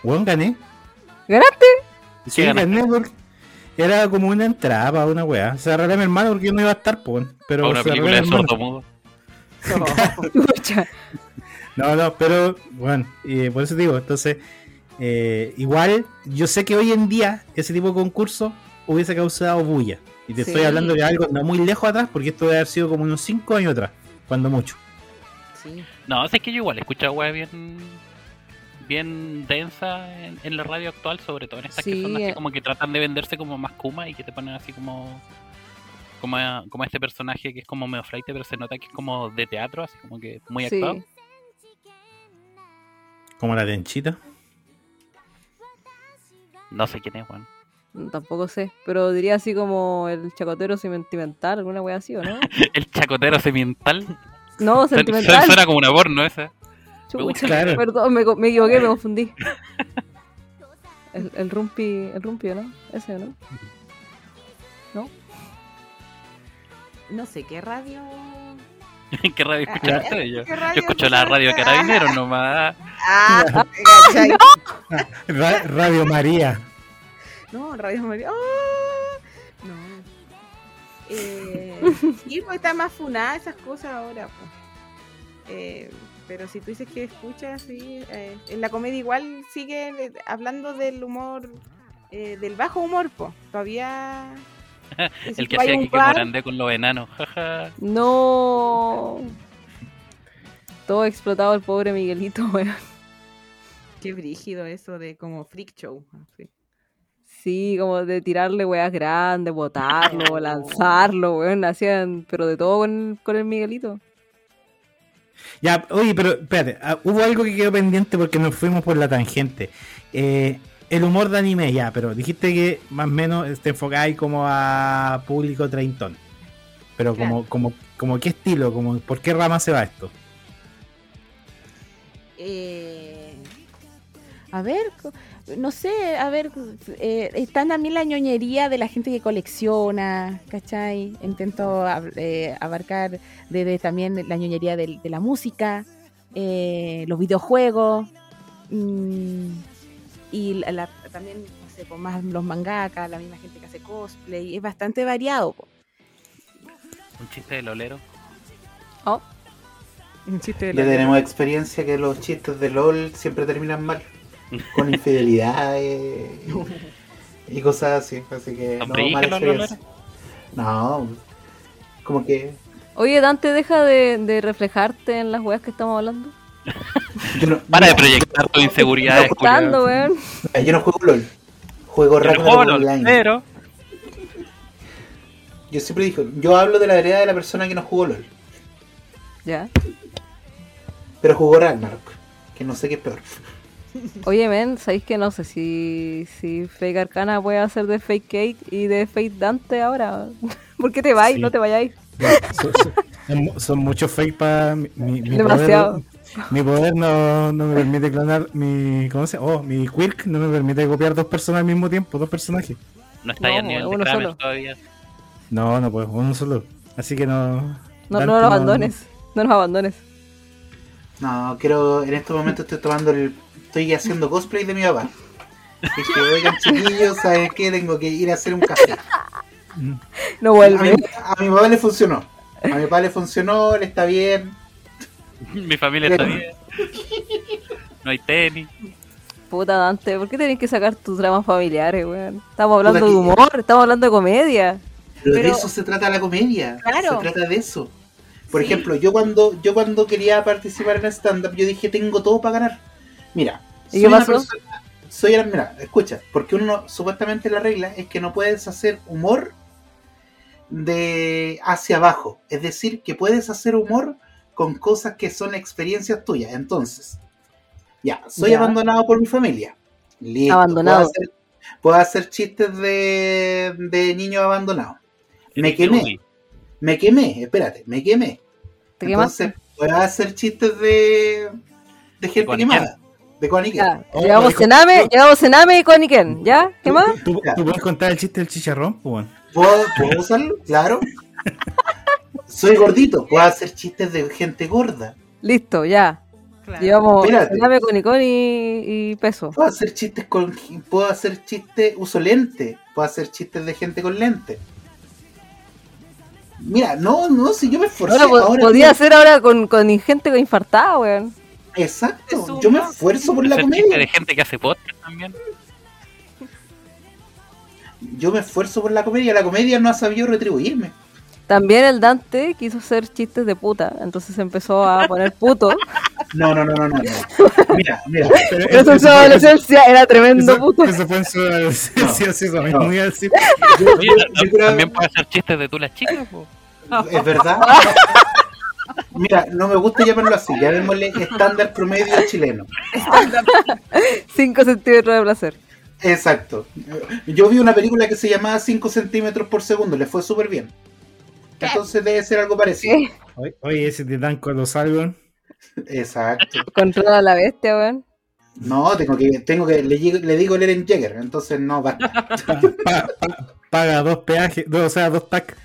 weón, gané. ¿Ganaste? Sí, ¿Qué ganaste? gané porque era como una entrada para una weá. Se arregló a mi hermano porque yo no iba a estar, po, weón. Para Pero una se arregló a película mi de hermano. sordo mudo. Chucha. No, no, pero bueno, eh, por eso digo, entonces, eh, igual yo sé que hoy en día ese tipo de concurso hubiese causado bulla. Y te Sí. estoy hablando de algo no muy lejos atrás, porque esto debe haber sido como unos 5 años atrás, cuando mucho. *laughs* Sí. No, es que yo igual escucho weas bien, bien densa en, en la radio actual, sobre todo en estas que Sí, son así eh. como que tratan de venderse como más Kuma y que te ponen así como como, a- como a este personaje que es como medio flight, pero se nota que es como de teatro, así como que muy Sí. actuado. Como la tenchita. No sé quién es, weón. No, Tampoco sé, pero diría así como el chacotero sentimental, alguna wea así, ¿o *laughs* no? El chacotero semiental. No, Su- su- sentimental. Suena como una porno esa. me gusta. Chucha, Claro. perdón, me, co- me equivoqué, me confundí. El, el rumpi, el rumpi, ¿no? Ese, ¿no? No sé qué radio. *laughs* ¿Qué radio escuchan Ah, ustedes? Yo, ¿qué yo radio escucho la escuchan? radio de Carabineros nomás. Ah, ¿cachai? Ra- Radio María. No, Radio María. ¡Ah! No. *laughs* Eh, sí, pues está más funada esas cosas ahora. pues. Eh, pero si tú dices que escuchas, sí. eh, en la comedia igual sigue eh, hablando del humor, eh, del bajo humor, pues. *laughs* Todavía. *laughs* y si El que tú vas a hacía un aquí que bar, morandé con los enanos. *laughs* jaja. No. Todo explotado el pobre Miguelito, *laughs* weón. Qué brígido eso de como freak show. así. Sí, como de tirarle weas grandes, *laughs* botarlo, lanzarlo, weón. Hacían, pero de todo con, con el Miguelito. Ya, oye, pero espérate, ah, hubo algo que quedó pendiente porque nos fuimos por la tangente. Eh, el humor de anime, ya, pero dijiste que más o menos eh, te enfocáis como a público treintón. Pero como, como, como qué estilo, como por qué rama se va esto. Eh, a ver, co- no sé, a ver, eh, está también la ñoñería de la gente que colecciona, ¿cachai? Intento ab- eh, abarcar desde también la ñoñería del- de, la música, eh, los videojuegos, mm, y la- la- también, no sé, po, más los mangakas, la misma gente que hace cosplay, es bastante variado. po. Un chiste del olero. Ya tenemos experiencia que los chistes de LOL siempre terminan mal. Con infidelidades y cosas así. Así que no, Hombre, hija, mala no, no, experiencia. No, como que Oye, Dante, deja de, de reflejarte en las weas que estamos hablando. yo no, Para de mira, proyectar *laughs* tu inseguridad. Está Dando, weón. yo no juego LOL. Juego Yo no Ragnarok juego LOL, Eh, Online. pero Yo siempre digo, yo hablo de la vereda de la persona que no jugó LOL, Ya. pero jugó Ragnarok, que no sé qué es peor. Oye, men, ¿sabéis que no sé si, si Fake Arcana puede hacer de Fake Kate y de Fake Dante ahora? *laughs* ¿Por qué te vais? Sí. No te vayáis. son, son- son muchos fake para mi, mi- mi Demasiado. poder. Mi poder no, no me permite clonar mi. ¿Cómo se llama? Oh, mi quirk no me permite copiar dos personas al mismo tiempo, dos personajes. no está ahí al No, nivel de uno Kramer solo. todavía. *laughs* No, no puedo, uno solo. Así que no. No, Dante, no lo abandones. No nos abandones. No, quiero, en estos momentos estoy tomando el, estoy haciendo cosplay de mi papá. Dije, oigan chiquillos, ¿sabes qué? Tengo que ir a hacer un café. No A mi, vuelve. a mi papá le funcionó. A mi papá le funcionó, le está bien. Mi familia está Pero- bien. No hay tenis. Puta Dante, ¿por qué tenés que sacar tus dramas familiares, weón? Estamos hablando Puta, de que- humor, estamos hablando de comedia. Pero, de Pero- eso se trata la comedia. Claro. Se trata de eso. Por Sí. ejemplo, yo cuando, yo cuando quería participar en stand-up, yo dije, tengo todo para ganar. Mira, ¿Y qué una pasó? persona- soy la- mira, escucha, porque uno, no- supuestamente la regla es que no puedes hacer humor de hacia abajo. Es decir, que puedes hacer humor con cosas que son experiencias tuyas. Entonces, ya, soy Ya. abandonado por mi familia. Listo, Abandonado. Puedo hacer, puedo hacer chistes de, de niño abandonado. *laughs* Me Eres quemé. Yuri. Me quemé, espérate, me quemé. ¿Te Entonces, voy a hacer chistes de, de gente Con quemada. De Coanique. Ya, Oh, llegamos hijo. Sename, llegamos Sename y Coniken, ¿ya? ¿Qué más? ¿Tú, tú puedes contar el chiste del chicharrón? Pues, bueno. ¿Puedo, puedo usarlo? Claro. Soy gordito, puedo hacer chistes de gente gorda. Listo, ya. Llevamos Espérate. Sename, Conicon y, y peso. Puedo hacer chistes con. Puedo hacer chistes. Uso lente. Puedo hacer chistes de gente con lente. Mira, no, no, si yo me esforcé. Ahora, po- ahora podía mira, hacer ahora con, con gente infartada, weón. Exacto, yo me esfuerzo por la Es el chiste de comedia. gente que hace podcast también. Yo me esfuerzo por la comedia, la comedia no ha sabido retribuirme. También el Dante quiso hacer chistes de puta, entonces empezó a poner puto. No, no, no, no, no. no. Mira, mira. Pero en su adolescencia era tremendo puto. *laughs* Eso fue en su adolescencia, sí, eso mismo No. iba a decir. yo- Oye, yo creo- también puede hacer chistes de tú las chicas. po. Es verdad. Mira, no me gusta llamarlo así, llamémosle estándar promedio chileno. 5 centímetros de placer. Exacto. Yo vi una película que se llamaba 5 centímetros por segundo, le fue súper bien. Entonces debe ser algo parecido. Sí. Oye, Oye, ese titán cuando salgo. Exacto. Controla a la bestia, weón. No, tengo que, tengo que, le, lleg- le digo el Eren Jagger, entonces no basta. pa- pa- pa- paga dos peajes, dos, o sea, dos tac.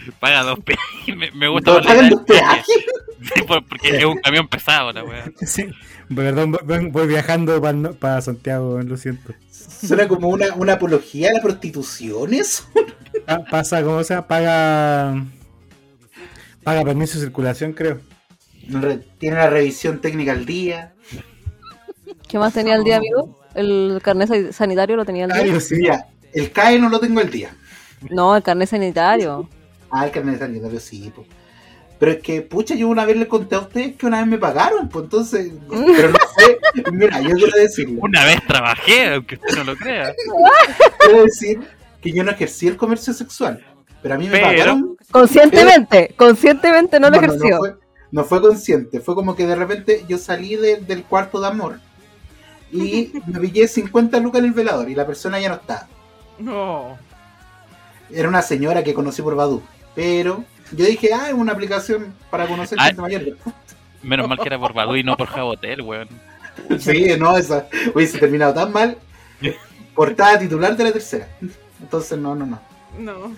*laughs* Paga dos pesos. *laughs* Me, me gusta Todos más la pagan idea los del peaje. peajes. Sí, por- porque es un camión pesado la weá. Sí. Perdón, voy, voy viajando para Santiago, lo siento. Suena como una, una apología a la prostitución eso. Pa- pasa, como sea, paga. Paga permiso de circulación, creo. Re- Tiene la revisión técnica al día. ¿Qué más tenía el día, amigo? ¿El carnet sa- sanitario lo tenía el Ay, día? Dios, sí. Mira, el CAE no lo tengo al día. No, el carnet sanitario. Ah, el carnet sanitario sí, po. Pero es que, pucha, yo una vez le conté a ustedes que una vez me pagaron, pues *laughs* entonces, pero no sé, mira, yo quiero decirlo, Una vez trabajé, aunque usted no lo crea. quiero decir que yo no ejercí el comercio sexual, pero a mí me Pero- pagaron. Conscientemente, conscientemente no lo ejerció. fue, no fue consciente, fue como que de repente yo salí de- del cuarto de amor *laughs* y me pillé 50 lucas en el velador y la persona ya no estaba. No. Era una señora que conocí por Badu, pero yo dije, ah, es una aplicación para conocer Ah. gente mayor. Menos mal que era por Badu y no por Jabotel, weón. Sí, no, esa hubiese terminado tan mal. Portada titular de la tercera. Entonces, no, no, no. No.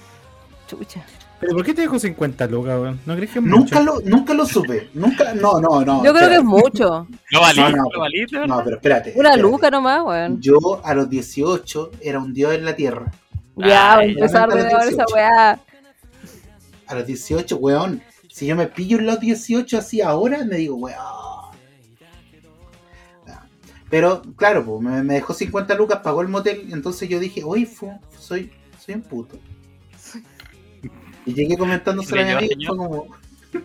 Chucha. Pero ¿por qué te dejo 50 lucas, weón? ¿No crees que es Nunca mucho? lo, nunca lo supe. Nunca, no, no, no. Yo creo espérate. que es mucho. No valía, No, no, no. valía. No, pero espérate. Una espérate. luca nomás, weón. Yo a los 18 era un dios en la tierra. Ya, voy a Ay, empezar ya. de ahora esa weá. A los 18, weón. Si yo me pillo en los 18 así ahora, me digo, weón. Pero, claro, pues, me, me dejó 50 lucas, pagó el motel, entonces yo dije, oye, fu, soy, soy un puto. Y llegué comentándoselo a mi Señor, amigo, y fue como,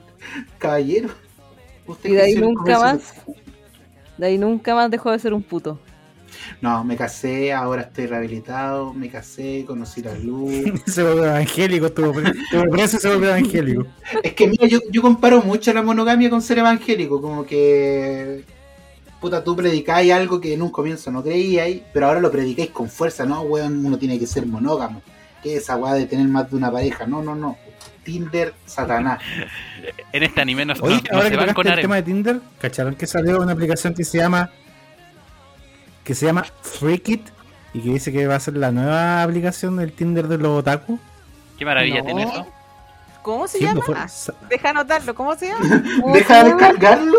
*laughs* caballero. usted Y de ahí creció en el nunca comercio". más. De ahí nunca más dejó de ser un puto. No, me casé, ahora estoy rehabilitado, me casé, conocí la luz. Se volvió evangélico, estuvo pre- estuvo preso y se volvió evangélico. Es que mira, yo, yo comparo mucho la monogamia con ser evangélico, como que puta, tú predicáis algo que en un comienzo no creíais, pero ahora lo predicáis con fuerza, ¿no? Weón, uno tiene que ser monógamo. ¿Qué es esa weá de tener más de una pareja? No, no, no. Tinder, Satanás. En este anime no, no- Oye, no ahora se que van tocaste con el harem. tema de Tinder, ¿cacharon que salió una aplicación que se llama que se llama Freakit y que dice que va a ser la nueva aplicación del Tinder de los otaku? Qué maravilla No. tiene eso. ¿Cómo se Sí, llama? no fue- sa- Deja anotarlo. ¿Cómo se llama? Deja de cargarlo.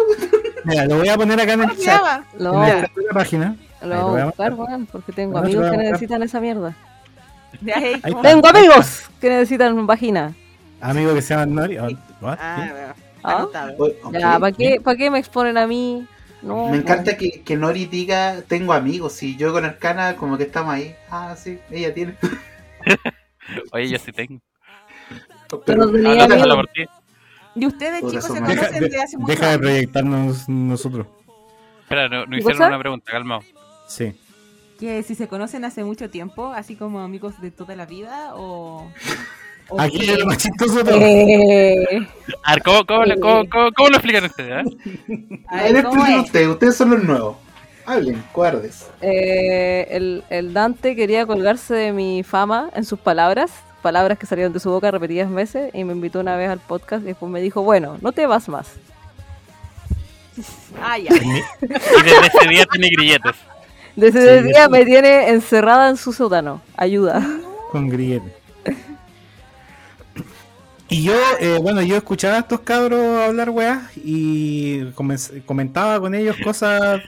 Mira, lo voy a poner acá en ¿Cómo el se chat. llama? Lo, En la primera página. lo Ahí lo voy voy a a buscar, weón, porque tengo No, te amigos lo voy que a buscar. necesitan esa mierda. De ahí, Ahí ¿cómo? está. Tengo amigos que necesitan vagina. Amigo que se llama Nori. oh, what? Ah, bueno. Ah. Anotado. Oye, ok. Ya, ¿para qué, pa' qué me exponen a mí? No, Me encanta que, que Nori diga, tengo amigos, y yo con Arcana como que estamos ahí. Ah, sí, ella tiene. Oye, yo sí tengo. *laughs* Pero tenía Ahora amigos. déjalo por ti. Y ustedes, Puta, chicos, se son Deja, conocen de, de hace mucho deja de tiempo. proyectarnos nosotros. Espera, no, no ¿Y hicieron WhatsApp? una pregunta, calmado. Sí. Que si se conocen hace mucho tiempo, así como amigos de toda la vida, o. o Aquí qué? es lo más chistoso de todo. Eh, A ver, ¿cómo, cómo, lo- cómo- cómo- cómo lo *laughs* explican ustedes? eh? A A ver, ver, ¿cómo explíquenlo es? ustedes, ustedes son los nuevos. Hablen, cuerdes. eh, el, el Dante quería colgarse de mi fama en sus palabras, palabras que salieron de su boca repetidas veces, y me invitó una vez al podcast y después me dijo, bueno, no te vas más. Ah, *laughs* ya. Y desde ese día tiene grilletes. Desde Sí, ese día eso- me tiene encerrada en su sótano. Ayuda. con grillete. Y yo, eh, bueno, yo escuchaba a estos cabros hablar weas y comenz- comentaba con ellos cosas.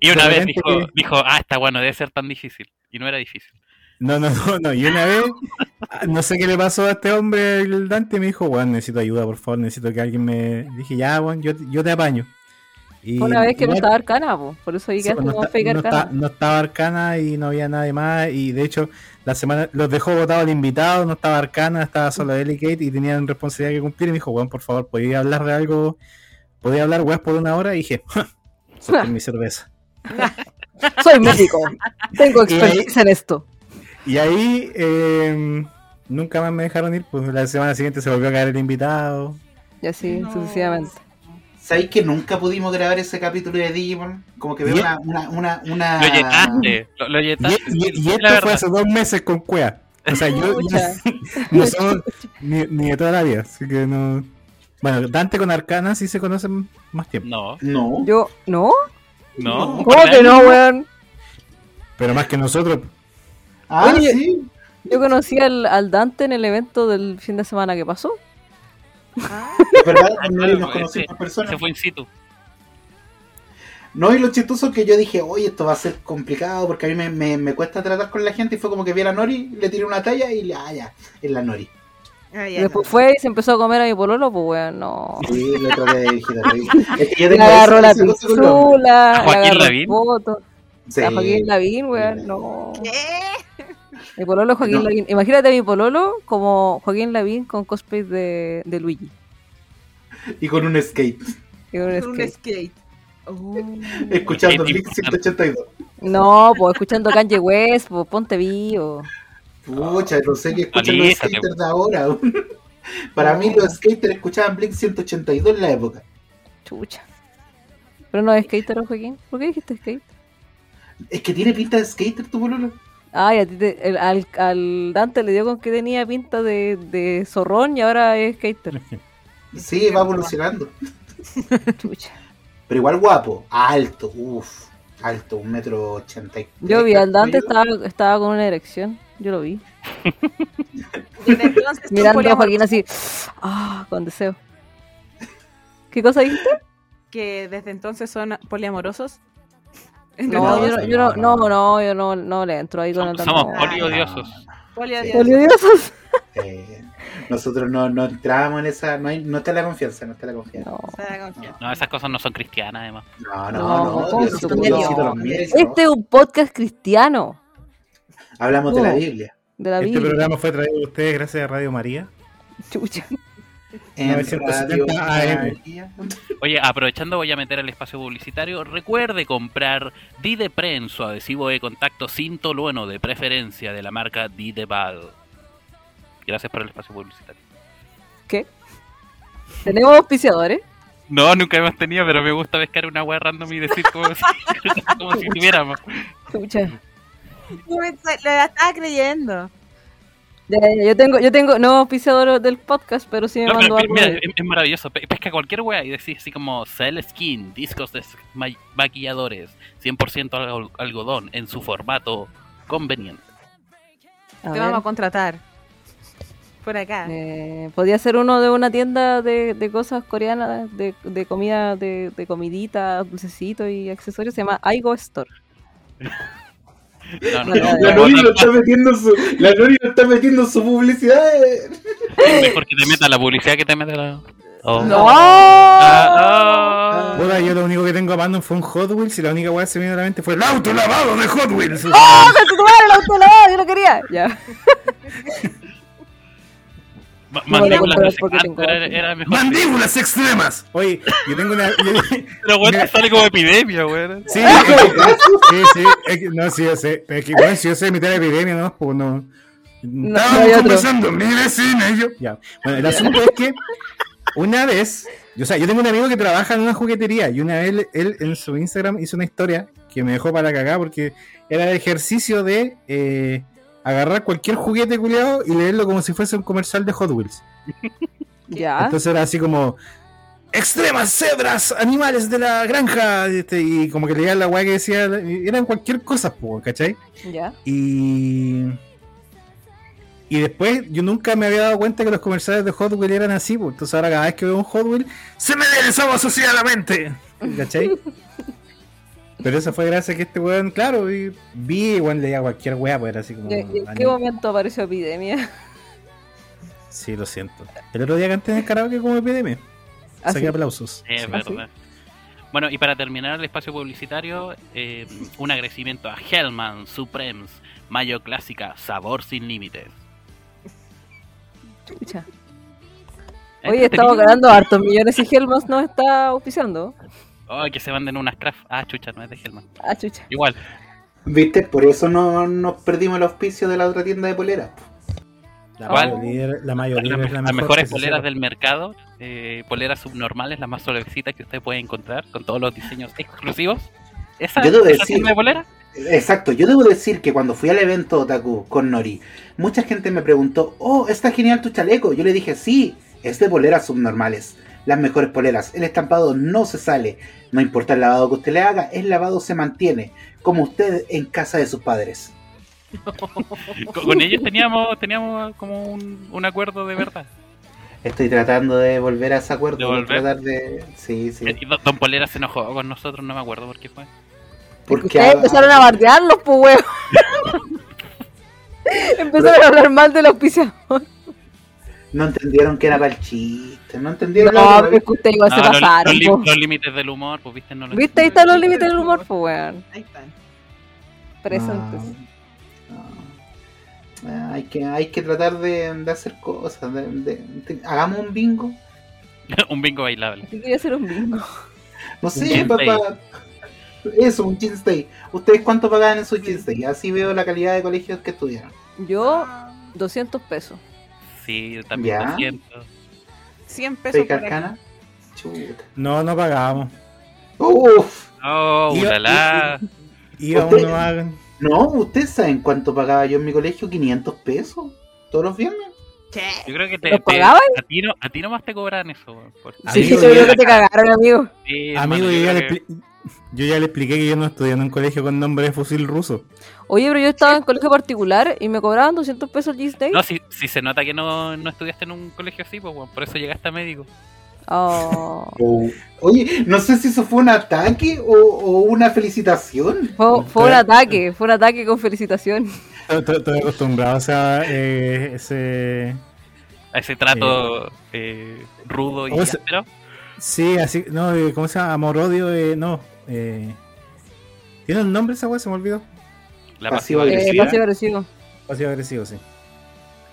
Y una De vez repente dijo, que- dijo, ah, está bueno, debe ser tan difícil. Y no era difícil. No, no, no, no. Y una vez, no sé qué le pasó a este hombre, el Dante, me dijo, Juan, necesito ayuda, por favor, necesito que alguien me. Dije, ya, Juan, yo, yo te apaño. Y Fue una vez que no igual- estaba arcana, po. por eso ahí Sí, quedaste pues, no, como está- fake no arcana. está- no estaba Arcana y no había nadie más. Y de hecho, la semana los dejó votado el invitado, no estaba Arcana, estaba solo él y Kate y tenían responsabilidad que cumplir. Y me dijo, weón, por favor, podía hablar de algo, podía hablar weón por una hora. Y dije, *laughs* solté mi cerveza. Soy médico, tengo Y ahí- experiencia en esto. Y ahí eh, nunca más me dejaron ir. Pues la semana siguiente se volvió a caer el invitado. Y así No. sucesivamente. ¿Sabéis que nunca pudimos grabar ese capítulo de Digimon? Como que veo Bien. una, una, una, una- Lo llenaste, lo, lo llenaste. Y, y- y Sí, esto la fue verdad. hace dos meses con Cuea. O sea, yo, yo- Pucha. No son ni, ni de toda la vida, así que no. Bueno, Dante con Arcana sí se conocen más tiempo, No, No. Yo, ¿no? no. ¿Cómo que no, weón? pero más que nosotros. Ah, Oye. sí. Yo conocí al, al Dante en el evento del fin de semana que pasó. Ah, Es *laughs* verdad, no claro, nos ese- conocimos por personas. Se fue in situ. No, y lo chistoso es que yo dije, oye, esto va a ser complicado porque a mí me, me, me cuesta tratar con la gente. Y fue como que vi a la Nori, le tiré una talla y le, ah, ya, es la Nori. Ah, Y ya. después fue y se empezó a comer a mi pololo, pues weón, no. Sí, le traté de dirigir a *laughs* Nori. Es que yo Le tengo agarró esa- la esa cosa con los hombres. pizzula, ¿A le Joaquín agarró el Lavín? voto. Sí. A Joaquín Lavín, weón, no. ¿Qué? Mi pololo es Joaquín No. Lavín. Imagínate a mi pololo como Joaquín Lavín con cosplay de, de Luigi. Y con un skate, Y un Con skate. Un skate. *laughs* Oh. escuchando el Skate Link 182. No, pues escuchando Kanye West, pues ponte vivo. Pucha, no sé qué escuchan los Alízate, skaters de ahora. *laughs* Para mí los skaters escuchaban Blink 182 en la época. Chucha. Pero no es skater, ¿no, Joaquín. ¿Por qué dijiste skate? Es que tiene pinta de skater tu boludo. Ay, a ti te- el- al, al Dante le dio con que tenía pinta de, de zorrón y ahora es *laughs* skater. Sí, va evolucionando. Chucha. Pero igual guapo, alto, uff, alto, un metro ochenta y Yo vi al Dante, estaba estaba, estaba con una erección. Yo lo vi. Desde entonces tú Mirando a poliamor- Joaquín así. Ah, con deseo. ¿Qué cosa dijiste? que desde entonces son poliamorosos. *laughs* No, No, yo no, sí, yo no, no, no, no. no, yo no, no le entro ahí con el Somos, Dante. Ah, somos no. poliodiosos. Ah, Poliamorosos. Poliodiosos. Eh, nosotros no, no entramos en esa, no, hay, no está la confianza, no está la confianza. *laughs* No. No, esas cosas no son cristianas, además. No, no, No, no, ¿cómo Diosito, se supone? Diosito los mire, Este es un podcast cristiano no. Hablamos de la No. Biblia. de la Este Biblia. programa fue traído a ustedes gracias a Radio María. Chucha. En 970 Radio AM. María. Oye, aprovechando voy a meter el espacio publicitario. Recuerde comprar Didepren, su adhesivo de contacto sintolueno de preferencia de la marca Didebal. Gracias por el espacio publicitario. ¿Qué? Tenemos auspiciadores. No, nunca hemos tenido, pero me gusta pescar una wea random y decir como si, *laughs* como si tuviéramos. Chucha. Lo estaba creyendo. Ya, ya, yo tengo, yo tengo no auspiciador del podcast, pero sí me No, mandó pero, algo. mira, eh, de- es, es maravilloso. Pe- Pesca cualquier wea y decís así como Cell Skin, discos de ma- maquilladores, 100% algo- algodón en su formato conveniente. A Te ver, vamos a contratar. Por acá. eh, podía ser uno de una tienda de, de cosas coreanas, de, de comida, de, de comidita, dulcecitos y accesorios. Se llama Aigo Store. No, no, La no, La Nori no, no está metiendo su, la Nori no está metiendo su publicidad. eh. Es mejor que te meta la publicidad que te meta la. Oh. ¡No! Ah, Puta, yo lo único que tengo a mano fue un Hot Wheels y la única weá que se me vino a la mente fue el auto lavado de Hot Wheels. ¡Oh, con tu madre, la autolavada! Yo lo quería. Ya. oh. Ma- No voy a comprar mandíbulas no sé porque cuánto, tengo era, hambre. ah, era mejor. ¡Mandíbulas extremas! Oye, yo tengo una. yo- Pero bueno, Mira. sale como epidemia, weón. *laughs* Sí, es que- sí, sí, es que- no, sí, yo sé. Es que bueno, si yo sé imitar la epidemia, no, pues no. no Estábamos hay otro. conversando, mi vecina y yo. Ya. Bueno, el asunto es que una vez, yo, o sea, yo tengo un amigo que trabaja en una juguetería y una vez él, él en su Instagram hizo una historia que me dejó para cagar porque era el ejercicio de eh, agarrar cualquier juguete culeado y leerlo como si fuese un comercial de Hot Wheels. Ya. Entonces era así como extremas cebras, animales de la granja, este, y como que leía la weá que decía, y eran cualquier cosa, po, ¿cachai? Ya. Y. Y después yo nunca me había dado cuenta que los comerciales de Hot Wheels eran así, pues. Entonces ahora cada *laughs* vez que veo un Hot Wheels, se me deslizaba asociadamente. ¿Cachai? Pero eso fue gracias a que este weón, claro, y vi y weón leía cualquier weá, pues era así Oh, como. ¿Y- y ¿En qué anime. momento apareció epidemia? Sí, lo siento. El otro día canté en el karaoke como epidemia. Ah, Saqué sí. aplausos. Es Sí. verdad. Bueno, y para terminar el espacio publicitario, eh, un agradecimiento a Hellman, Supremes, Mayo Clásica, Sabor Sin Límites. Chucha. Oye, estamos ganando hartos millones y Helmos nos está auspiciando. Ay, Oh, que se manden unas craft. Ah, chucha, no es de Hellman. Ah, chucha. Igual, ¿Viste? Por eso no nos perdimos el auspicio de la otra tienda de polera. La ¿Cuál? Mayo Líder- la Mayo las Líder es la las mejor. que mejores se poleras sepa. del mercado, eh, poleras subnormales, las más sobrecitas que usted puede encontrar, con todos los diseños exclusivos. ¿Esa Yo debo esa decir- tienda de polera? Exacto, yo debo decir que cuando fui al evento Otaku con Nori, mucha gente me preguntó, oh, está genial tu chaleco. Yo le dije, sí, es de poleras subnormales, las mejores poleras. El estampado no se sale, no importa el lavado que usted le haga, el lavado se mantiene, como usted en casa de sus padres. Con, con ellos teníamos teníamos como un, un acuerdo de verdad. Estoy tratando de volver a ese acuerdo, ¿De volver? tratar de... Sí, sí. Y Don don Polera se enojó con nosotros, no me acuerdo por qué fue. Porque Ustedes empezaron a bardearlos, pues, huevo. empezaron a hablar mal del auspiciador. no entendieron que era para el chiste, no entendieron... la No, pues, broma. pero es que ustedes igual se Ah, los- los, pasaron, lim- po. los límites del humor, pues viste, no lo ¿Viste? Ahí están los límites del humor, pues, weón. Ahí están. Ah. Presentes. No, no. Ah, Hay que, hay que tratar de, de hacer cosas. de- de- de- hagamos un bingo. *laughs* Un bingo bailable. Yo quería hacer un bingo. No sé, chin papá. Eso, un chinstay. ¿Ustedes cuánto pagaban en su chinstay? Así veo la calidad de colegios que estudiaron. Yo, 200 pesos. Sí, también Ya. lo siento. 100 ¿Soy pesos por acá. carcana? Chuta. No, no pagábamos. Uf. Oh, Y- ulala. Íbamos Ustedes- no hagan. No, ¿ustedes saben cuánto pagaba yo en mi colegio? 500 pesos. Todos los viernes. Che. Yo creo que te, ¿Los te- pagaban? a, ti no, a ti nomás te cobran eso. weón, por- Sí, Amigo, yo creo yo- que te cagaron, amigo. Sí, Amigo, yo hermano, ya, creo le que- expli- yo ya le expliqué que yo no estudié en un colegio con nombre de fusil ruso. Oye, pero yo estaba en colegio particular y me cobraban 200 pesos el Day. No, si, si se nota que no, no estudiaste en un colegio así, pues, weón, por eso llegaste a médico. Oh. Oye, no sé si eso fue un ataque o, o una felicitación. Fue, fue un ataque, fue un ataque con felicitación. Eh, Estoy estoy acostumbrado o sea, eh, ese. A ese trato eh, rudo y O sea- áspero. Sí, así. No, eh, ¿cómo se llama? Amor-odio. eh, no. eh, ¿Tiene un nombre esa weá? Se me olvidó. La Pasivo pasiva Eh, agresiva. pasivo agresivo. Pasivo agresivo, sí.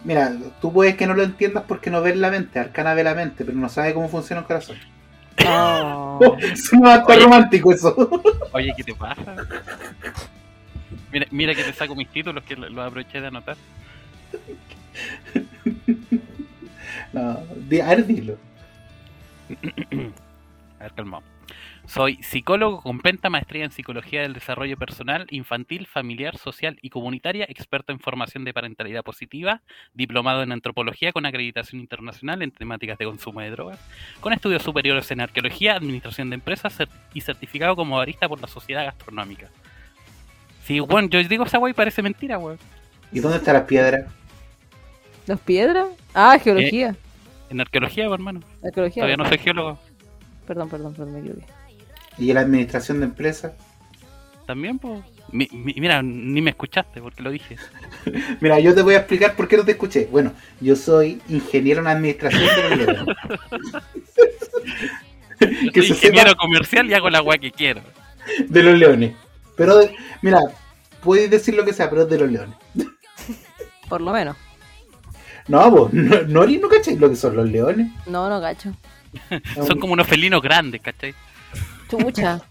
Mira, tú puedes que no lo entiendas porque no ves la mente, Arcana ve la mente, pero no sabe cómo funciona un corazón. Oh. *laughs* Suena hasta Oye. romántico eso. Oye, ¿qué te pasa? Mira, mira que te saco mis títulos que lo- los aproveché de anotar. No, di- a ver, dilo. A ver, calmado. Soy psicólogo con penta maestría en psicología del desarrollo personal, infantil, familiar, social y comunitaria, experto en formación de parentalidad positiva, diplomado en antropología con acreditación internacional en temáticas de consumo de drogas, con estudios superiores en arqueología, administración de empresas cer- y certificado como barista por la Sociedad Gastronómica. Sí, bueno, yo digo esa wey parece mentira, wey. ¿Y dónde está la piedra? ¿Los piedras? Ah, geología. En arqueología, po, hermano. Arqueología. Eh. Todavía no soy geólogo. Perdón, perdón, perdón, me equivoqué. ¿Y la administración de empresas? También, pues. mira, ni me escuchaste porque lo dije. Mira, yo te voy a explicar por qué no te escuché. Bueno, yo soy ingeniero en administración de empresas. *laughs* Yo Que soy se ingeniero sepa. comercial y hago la weá que quiero. De los leones. Pero, de- mira, puedes decir lo que sea, pero es de los leones. Por lo menos. No, vos, no, Nori, no cacháis lo que son los leones. No, no, gacho. Son como unos felinos grandes, ¿cachai? Chucha.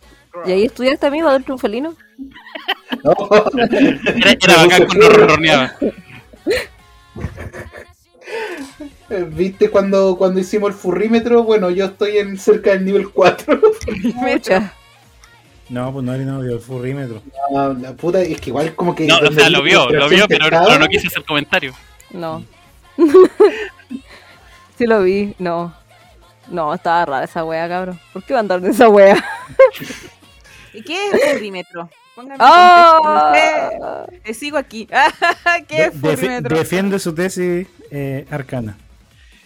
¿Y ahí estudiaste, amigo, adentro de un felino? No. *laughs* Era, era bacán cuando ronroneaba. Eh, ¿Viste cuando, cuando hicimos el furrímetro? Bueno, yo estoy en cerca del nivel 4. Chucha. No, pues no era no, el furrímetro. No, Ah, la puta, es que igual como que. *laughs* No, o donde sea, lo vi vio, lo vio, concentración pero, pescado, pero no quise hacer comentario. No. *laughs* sí lo vi, no. No, estaba rara esa wea, cabrón. ¿Por qué va a andar de esa wea? ¿Y qué es el furrímetro? Póngame ¡Oh! contexto, no sé. Te sigo aquí. *laughs* ¿Qué es De- defi- furrímetro? defiende su tesis eh, arcana.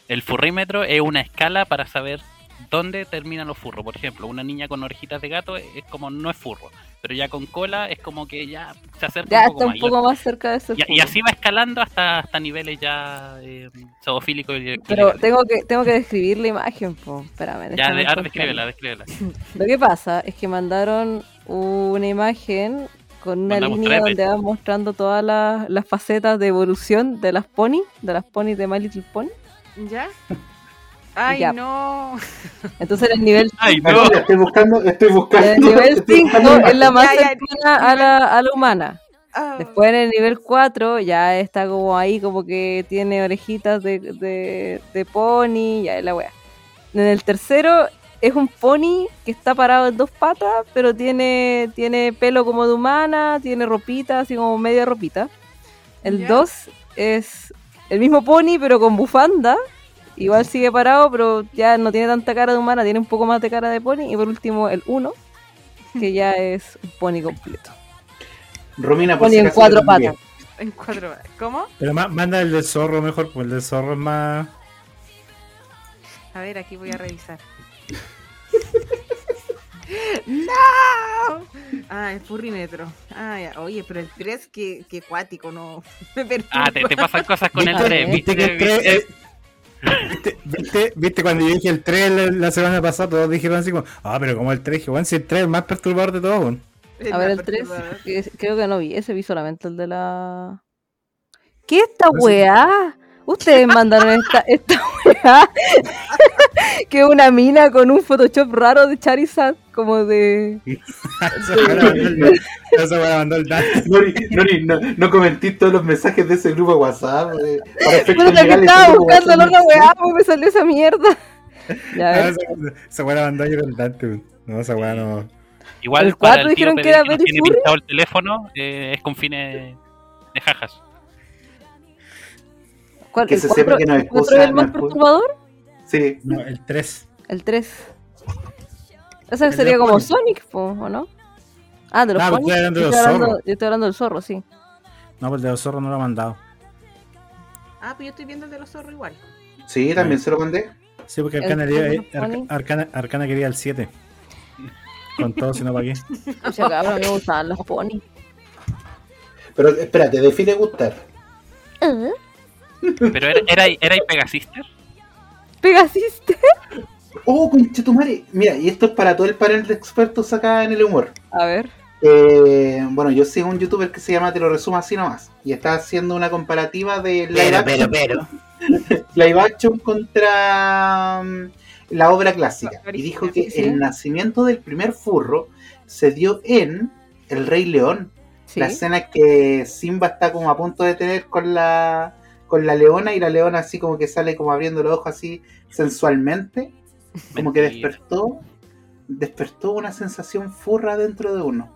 El furrímetro es una escala para saber dónde terminan los furros. Por ejemplo, una niña con orejitas de gato es como no es furro. Pero ya con cola es como que ya se acerca Ya un poco está más. un Y- poco más cerca de eso. Y, y así va escalando hasta, hasta niveles ya eh, zoofílicos y Pero ilegales. tengo que, tengo que describir la imagen, po. Espérame. Ya, déjame de, ahora encontrarla. descríbela, descríbela. Lo que pasa es que mandaron una imagen con una Mandamos línea tres donde van mostrando todas las, las facetas de evolución de las pony, de las pony de My Little Pony. ¿Ya? Ay, Ya. no. Entonces en el nivel, Ay, no. Martina, estoy buscando, estoy buscando. *laughs* en el Eh, nivel estoy 5 buscando una es la más Ya, ya, cercana a la, a la humana. Ah, Después en el nivel 4 ya está como ahí, como que tiene orejitas de, de, de pony, ya es la wea. En el tercero es un pony que está parado en dos patas, pero tiene, tiene pelo como de humana, tiene ropita, así como media ropita. El Ya. 2 es el mismo pony, pero con bufanda. Igual sigue parado, pero ya no tiene tanta cara de humana, tiene un poco más de cara de pony. Y por último, el 1, que ya es un pony completo. Romina, por Pony si en acaso, cuatro yo también. patas. En cuatro. ¿Cómo? Pero ma- manda el del zorro mejor, pues el del zorro es más. A ver, aquí voy a revisar. ¡No! Ah, el furry metro. Ah, ya. Oye, pero el 3, que, que cuático, no. *laughs* Me perturba. *laughs* Ah, te, te pasan cosas con el Viste- 3. ¿Viste, que el tres es- ¿Viste, viste- viste cuando yo dije el 3 la, la semana pasada? Todos dijeron así como, ah, pero como el 3, dije, bueno, si el 3 es el más perturbador de todos, weón". *laughs* Es A ver, más el 3. perturbador. Creo que no vi ese, vi solamente el de la. ¿Qué esta No sé. weá? *laughs* Ustedes mandaron esta, esta weá. *laughs* que una mina con un Photoshop raro de Charizard, como de. Esa weá la mandó el- esa weá la mandó el Dante. Nori, Nori, no, no comenté todos los mensajes de ese grupo de WhatsApp. eh, para efectos Puta, que legales, estaba ese grupo buscando la WhatsApp otra no weá, pues me salió esa mierda. Ya, a Ah, ver. Esa esa weá la mandó yo el Dante, weón. No, esa weá no. Igual El para cuatro el tío dijeron que Pedro era nos very tiene furry. pinchado el teléfono, eh, es con fines de jajas. ¿Cuál- que el se cuatro- sepa que no el es cuatro cosa, es no el más es cosa. perturbador? existe. Sí. No, el 3. El 3. Ese El sería de los como ponis. Sonic, po, ¿o no? Ah, de los Ah, pero ponis. estoy hablando de Yo los estoy hablando- zorros. yo estoy hablando del zorro, sí. No, pues el de los zorros no lo ha mandado. Ah, pues yo estoy viendo el de los zorros igual. Sí, también se lo mandé. Sí, porque El Arcana, zorro quería- lo eh, Arca- pone. Arcana, Arcana quería el 7. Con todo, si no, ¿para qué? Pucha, cabrón, a mí me gustaban los ponis. Pero espérate, define gustar. Uh, Pero era, era, era y Pegasister. Pegasiste. Oh, conchetumare. Mira, y esto es para todo el panel de expertos acá en el humor. A ver. Eh, bueno, yo sigo un youtuber que se llama Te lo resumo así nomás. Y está haciendo una comparativa de live, action, pero. *laughs* live action contra mm, la obra clásica. La Y dijo original, que sí. el nacimiento del primer furro se dio en El Rey León. Sí. La escena que Simba está como a punto de tener con la con la leona y la leona así como que sale como abriendo los ojos así sensualmente. Como que Mentira. despertó despertó una sensación furra dentro de uno.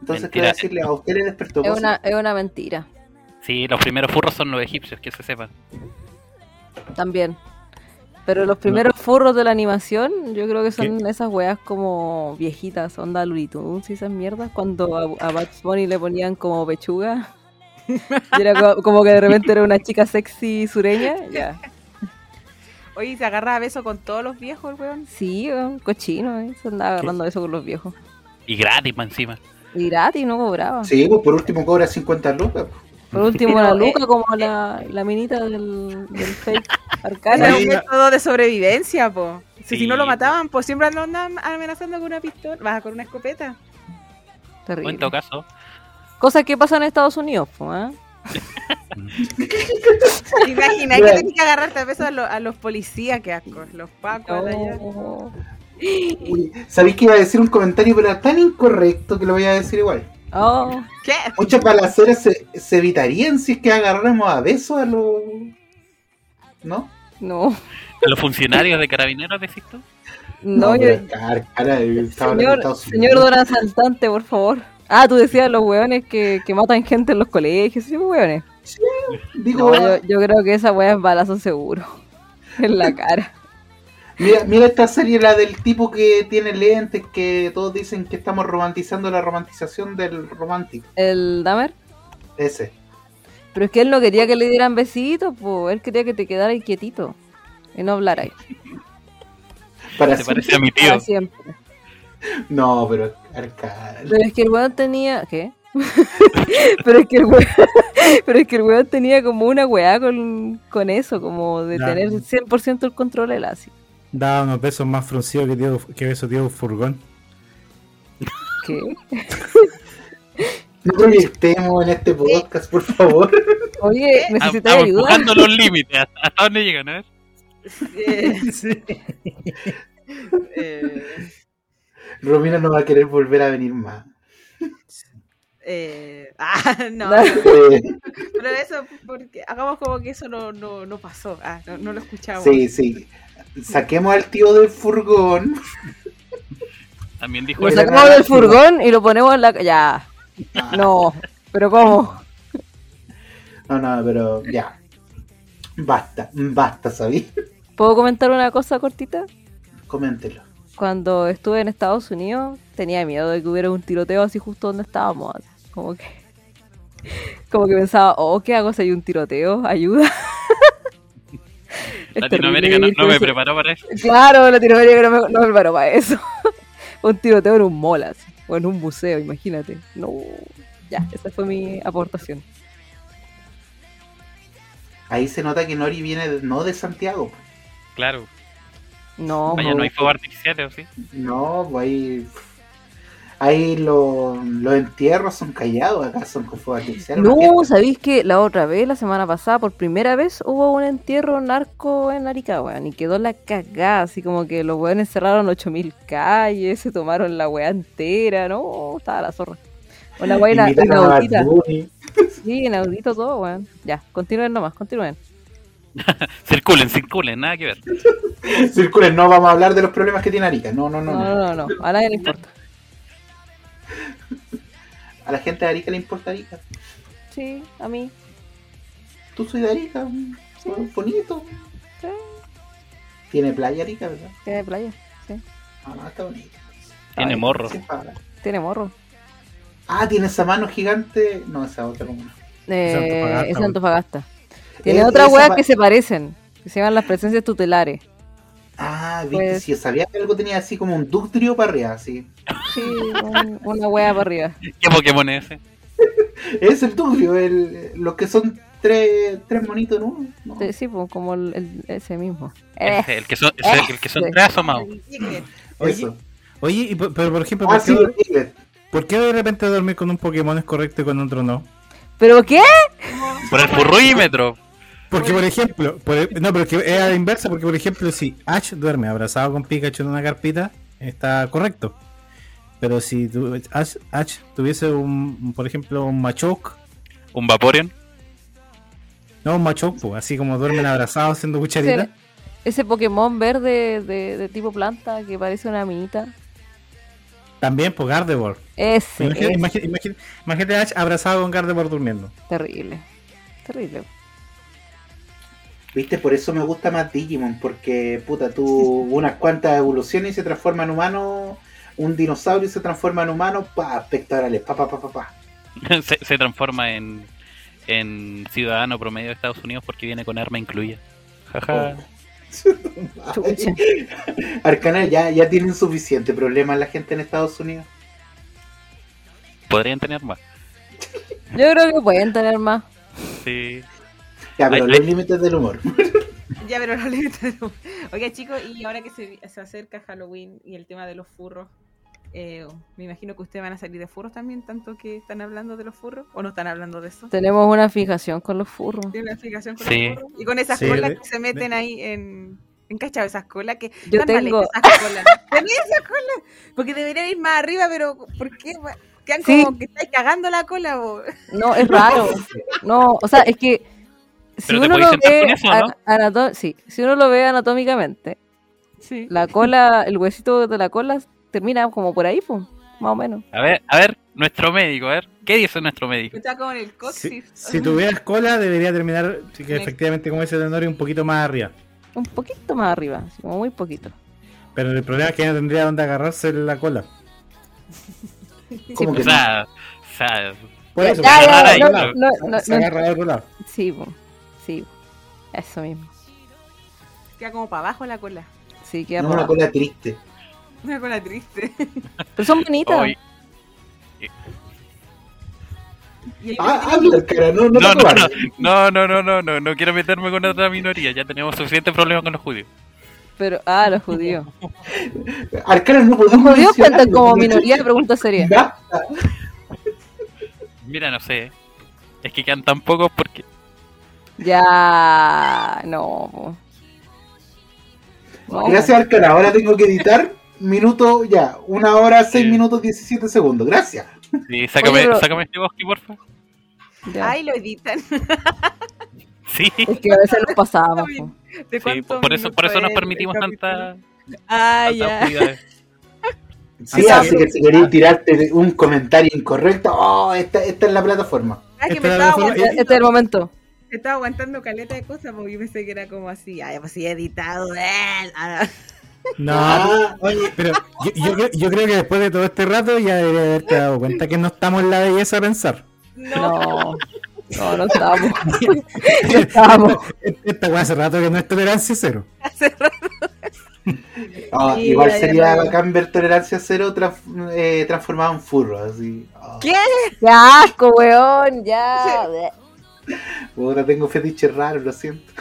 Entonces quiero Mentira. decirle, a usted le despertó Es cosas. una, es una mentira. Sí, los primeros furros son los egipcios, que se sepan. También. Pero los primeros furros de la animación, yo creo que son esas weas como viejitas, onda Looney Tunes y esas mierdas, cuando a, a Bugs Bunny le ponían como pechuga. Y era co- como, que de repente era una chica sexy sureña. Ya. Oye, se agarra a beso con todos los viejos, el weón. Sí, weón, cochino, ¿eh? se andaba agarrando eso con los viejos. Y gratis, más encima. Y gratis, no cobraba. Sí, pues, por último cobra 50 lucas. pues. Por último, Pero, la eh, Luca, como la, la minita del, del fake Era arcana. un método de sobrevivencia, po. Si, si no lo Sí. mataban, pues siempre lo andan amenazando con una pistola, vas con una *laughs* escopeta. O en Terrible. todo caso, Cosas que pasan en Estados Unidos, po, ¿eh? ¿Te imaginas que tenés que agarrarte a besos a, lo- a los policías, que asco, los pacos de allá. No. Uy, Sabéis que iba a decir un comentario, pero era tan incorrecto que lo voy a decir igual. Oh. ¿Qué? Muchas balaceras se, se evitarían si es que agarramos a besos a los... ¿No? No, a los funcionarios de carabineros, decís tú. no, yo- pero cara, cara, eh, estaba hablando de señor, Estados señor Unidos. don asaltante, por favor. Ah, tú decías los hueones que, que matan gente en los colegios, sí, hueones. Digo, No, yo, yo creo que esa hueá es balazo seguro. *laughs* En la cara. Mira, mira esta serie, la del tipo que tiene lentes, que todos dicen que estamos romantizando la romantización del romántico. El Dahmer. Ese. Pero es que él no quería que le dieran besitos, pues. Él quería que te quedara ahí quietito. Y no hablar ahí. Para Se siempre. parece a mi tío. Para siempre. *laughs* No, pero Arcade. Pero es que el weón tenía. ¿Qué? *laughs* pero es que el weón, *laughs* pero es que el weón tenía como una weá con, con eso, como de Ya. tener 100% el control del así. Daba unos besos más fruncidos que, Diego- que besos Diego Furgón. ¿Qué? No proyectemos en este podcast, por favor. Oye, Ah, necesitas Estamos ayuda. empujando los límites. ¿Hasta- ¿Hasta dónde llegan? A ver. *laughs* Eh, Sí. eh, Romina no va a querer volver a venir más. eh, ah, *laughs* no, No. Eh, pero eso, porque hagamos como que eso no, no, no pasó, ah, no, no lo *laughs* escuchamos. sí, sí. Saquemos al tío del furgón. También dijo Lo Pues él. Era sacamos del lástima. furgón y lo ponemos en la. ca- Ya. Ah. No. Pero ¿cómo? No, no, pero ya. Basta, basta, ¿sabí? ¿Puedo comentar una cosa cortita? Coméntelo. Cuando estuve en Estados Unidos, tenía miedo de que hubiera un tiroteo así justo donde estábamos. así, Como que. *laughs* Como que pensaba, oh, ¿qué hago si hay un tiroteo? Ayuda. Es *laughs* Latinoamérica no, terrible no me vivir con preparó para eso. ese- Claro, Latinoamérica no me, no me preparó para eso. *laughs* un tiroteo en un mall así, o en un museo, imagínate. No. Ya, esa fue mi aportación. Ahí se nota que Nori viene de- no de Santiago. Claro. No, Vaya, no hay fuegos artificiales, ¿o sí? No, pues ahí. Ahí lo- los entierros son callados, acá son con fuego artificial. una No, fiesta. ¿sabéis que la otra vez, la semana pasada, por primera vez hubo un entierro narco en Arica, weón? Y quedó la cagada, así como que los weones cerraron 8000 calles, se tomaron la weá entera, ¿no? Estaba la zorra. Una weá ina- Invitaron a Bad inaudita. Bunny. Sí, inaudito todo, weón. Ya, continúen nomás, continúen. Circulen, circulen, nada que ver. Circulen, no vamos a hablar de los problemas que tiene Arica. No, no, no. No, no. no, no, no, a nadie le importa. A la gente de Arica le importa Arica. Sí, a mí. Tú soy de Arica, mm, Sí. bonito. Sí. Tiene playa Arica, ¿verdad? Tiene playa, Ah, no, está bonito. Tiene Ay, morro. sí, para. tiene morro. Ah, tiene esa mano gigante. No, esa otra comuna. Eh, Antofagasta, es weón. Antofagasta. Tiene Es- otras Eh, esa weas pa- que se parecen, que se llaman las presencias tutelares. Ah, viste, Pues- si yo sabía que algo tenía así como un ductrio para arriba, así. Sí, un- una wea para arriba. ¿Qué Pokémon es ese? Es el ductrio, el, los que son tres, tres monitos en uno. ¿no? Sí, sí, pues, como el, el- ese mismo. Eh, Ese, el que son, ese, el que son tres asomados. Eso. Oye, y por- pero por ejemplo, Ah, ¿por sí, qué, los Diglett. por qué de repente dormir con un Pokémon es correcto y con otro no? ¿Pero qué? Por el furruímetro. Porque, por ejemplo, por- e-, no, pero que es a la inversa, porque, por ejemplo, si Ash duerme abrazado con Pikachu en una carpita, está correcto. Pero si tu- Ash, Ash tuviese un, por ejemplo, un Machoke, Un Vaporeon. *laughs* no, un Machoke, pues, así como duermen abrazados haciendo cucharita, Ese, ese Pokémon verde de, de tipo planta que parece una minita. también, pues, Gardevoir. Ese Imagínate, es imagínate- imagínate- imagínate a Ash abrazado con Gardevoir durmiendo. terrible. Terrible. Viste, por eso me gusta más Digimon, porque puta, *laughs* tú unas cuantas evoluciones y se transforma en humano, un dinosaurio y se transforma en humano, pa, pectorales, pa, pa, pa, pa, pa. Se, se transforma en, en ciudadano promedio de Estados Unidos porque viene con arma incluida. Oh. Jaja. *laughs* Chucha. Arcanel, ya, ya tienen suficiente problema la gente en Estados Unidos. Podrían tener más. Yo creo que pueden tener más. Sí. Ya, pero Ay, los ay. límites del humor. Ya, pero no *laughs* le Oiga, chicos, y ahora que se, se acerca Halloween y el tema de los furros, eh, me imagino que ustedes van a salir de furros también, tanto que están hablando de los furros, o no están hablando de eso. Tenemos una fijación con los furros. Tiene una explicación con Sí. los furros. Y con esas Sí, colas de- que se meten ahí en. En cachado esas colas que. Yo tan mal tengo- hechas Esas colas. *laughs* Tan hechas esas colas. Porque deberían ir más arriba, pero ¿por qué? Quedan Sí. como que estáis cagando la cola, vos. No, es raro. No, o sea, es que si Pero te uno podéis lo sentar ve con eso, ¿no? ana- anato- sí, si uno lo ve anatómicamente, Sí. la cola, el huesito de la cola termina como por ahí, pues, más o menos. A ver, a ver, nuestro médico, a ver. ¿Qué dice nuestro médico? Está como en el Si, coxis. si tuvieras cola, debería terminar, sí, que Next. efectivamente, como dice Donori, un poquito más arriba. Un poquito más arriba, así como muy poquito. Pero el problema es que no tendría dónde agarrarse la cola. ¿Cómo O que pues, no? sea, o sea, Por eso, Ya, se ya, agarra ya, ahí, no, claro. no, no, Se no. agarra de otro lado. Sí, po. sí, po. eso mismo. Queda como para abajo la cola. *laughs* Sí, queda No, por una abajo. cola triste. Una cola triste. Pero son bonitas. hoy- Y ahí Ah, me habla, cara, no, no, No, te no, cobardes. no, no, no, no, no, no quiero meterme con otra minoría, ya tenemos suficientes problemas con los judíos. Pero, ah, los judíos. Arcana, no podemos ¿Los judíos mencionarlo, cuentan como ¿no? minoría? La *laughs* pregunta sería. Basta. Mira, no sé, es que quedan tan pocos porque... Ya, no. po. No, Gracias, Arcana. Ahora tengo que editar. Minuto, ya. Una hora, seis minutos, 17 segundos. Gracias. Sí, sácame, Oye, pero- sácame este bosque, porfa. Ah. ya. Ay, lo editan. Sí, Es que a veces los pasábamos. po. ¿De sí, cuántos por eso, por eso minutos nos es permitimos el tanta... Ah, tanta ya. oscuridad. Sí, Ah, así que si queréis tirarte de un comentario incorrecto, oh, esta, esta es la plataforma. Ah, que me Espera, estaba, la forma- aguantando, Este es el momento. me estaba aguantando caleta de cosas porque yo pensé que era como así. Ay, pues sí, editado. eh, ah. No, Ah. oye, pero yo, yo creo, yo creo que después de todo este rato ya debería haberte dado cuenta que no estamos en la belleza a pensar. *laughs* No. No, no estamos. No estamos. *laughs* Esta weá hace rato que no es tolerancia cero. Ah, Sí, igual ya, ya sería lo veo. bacán ver tolerancia cero transformada transformado en furro. Así. Ah, ¿Qué? ¡Qué asco, weón! Ya. Ahora tengo fetiche raro, lo siento.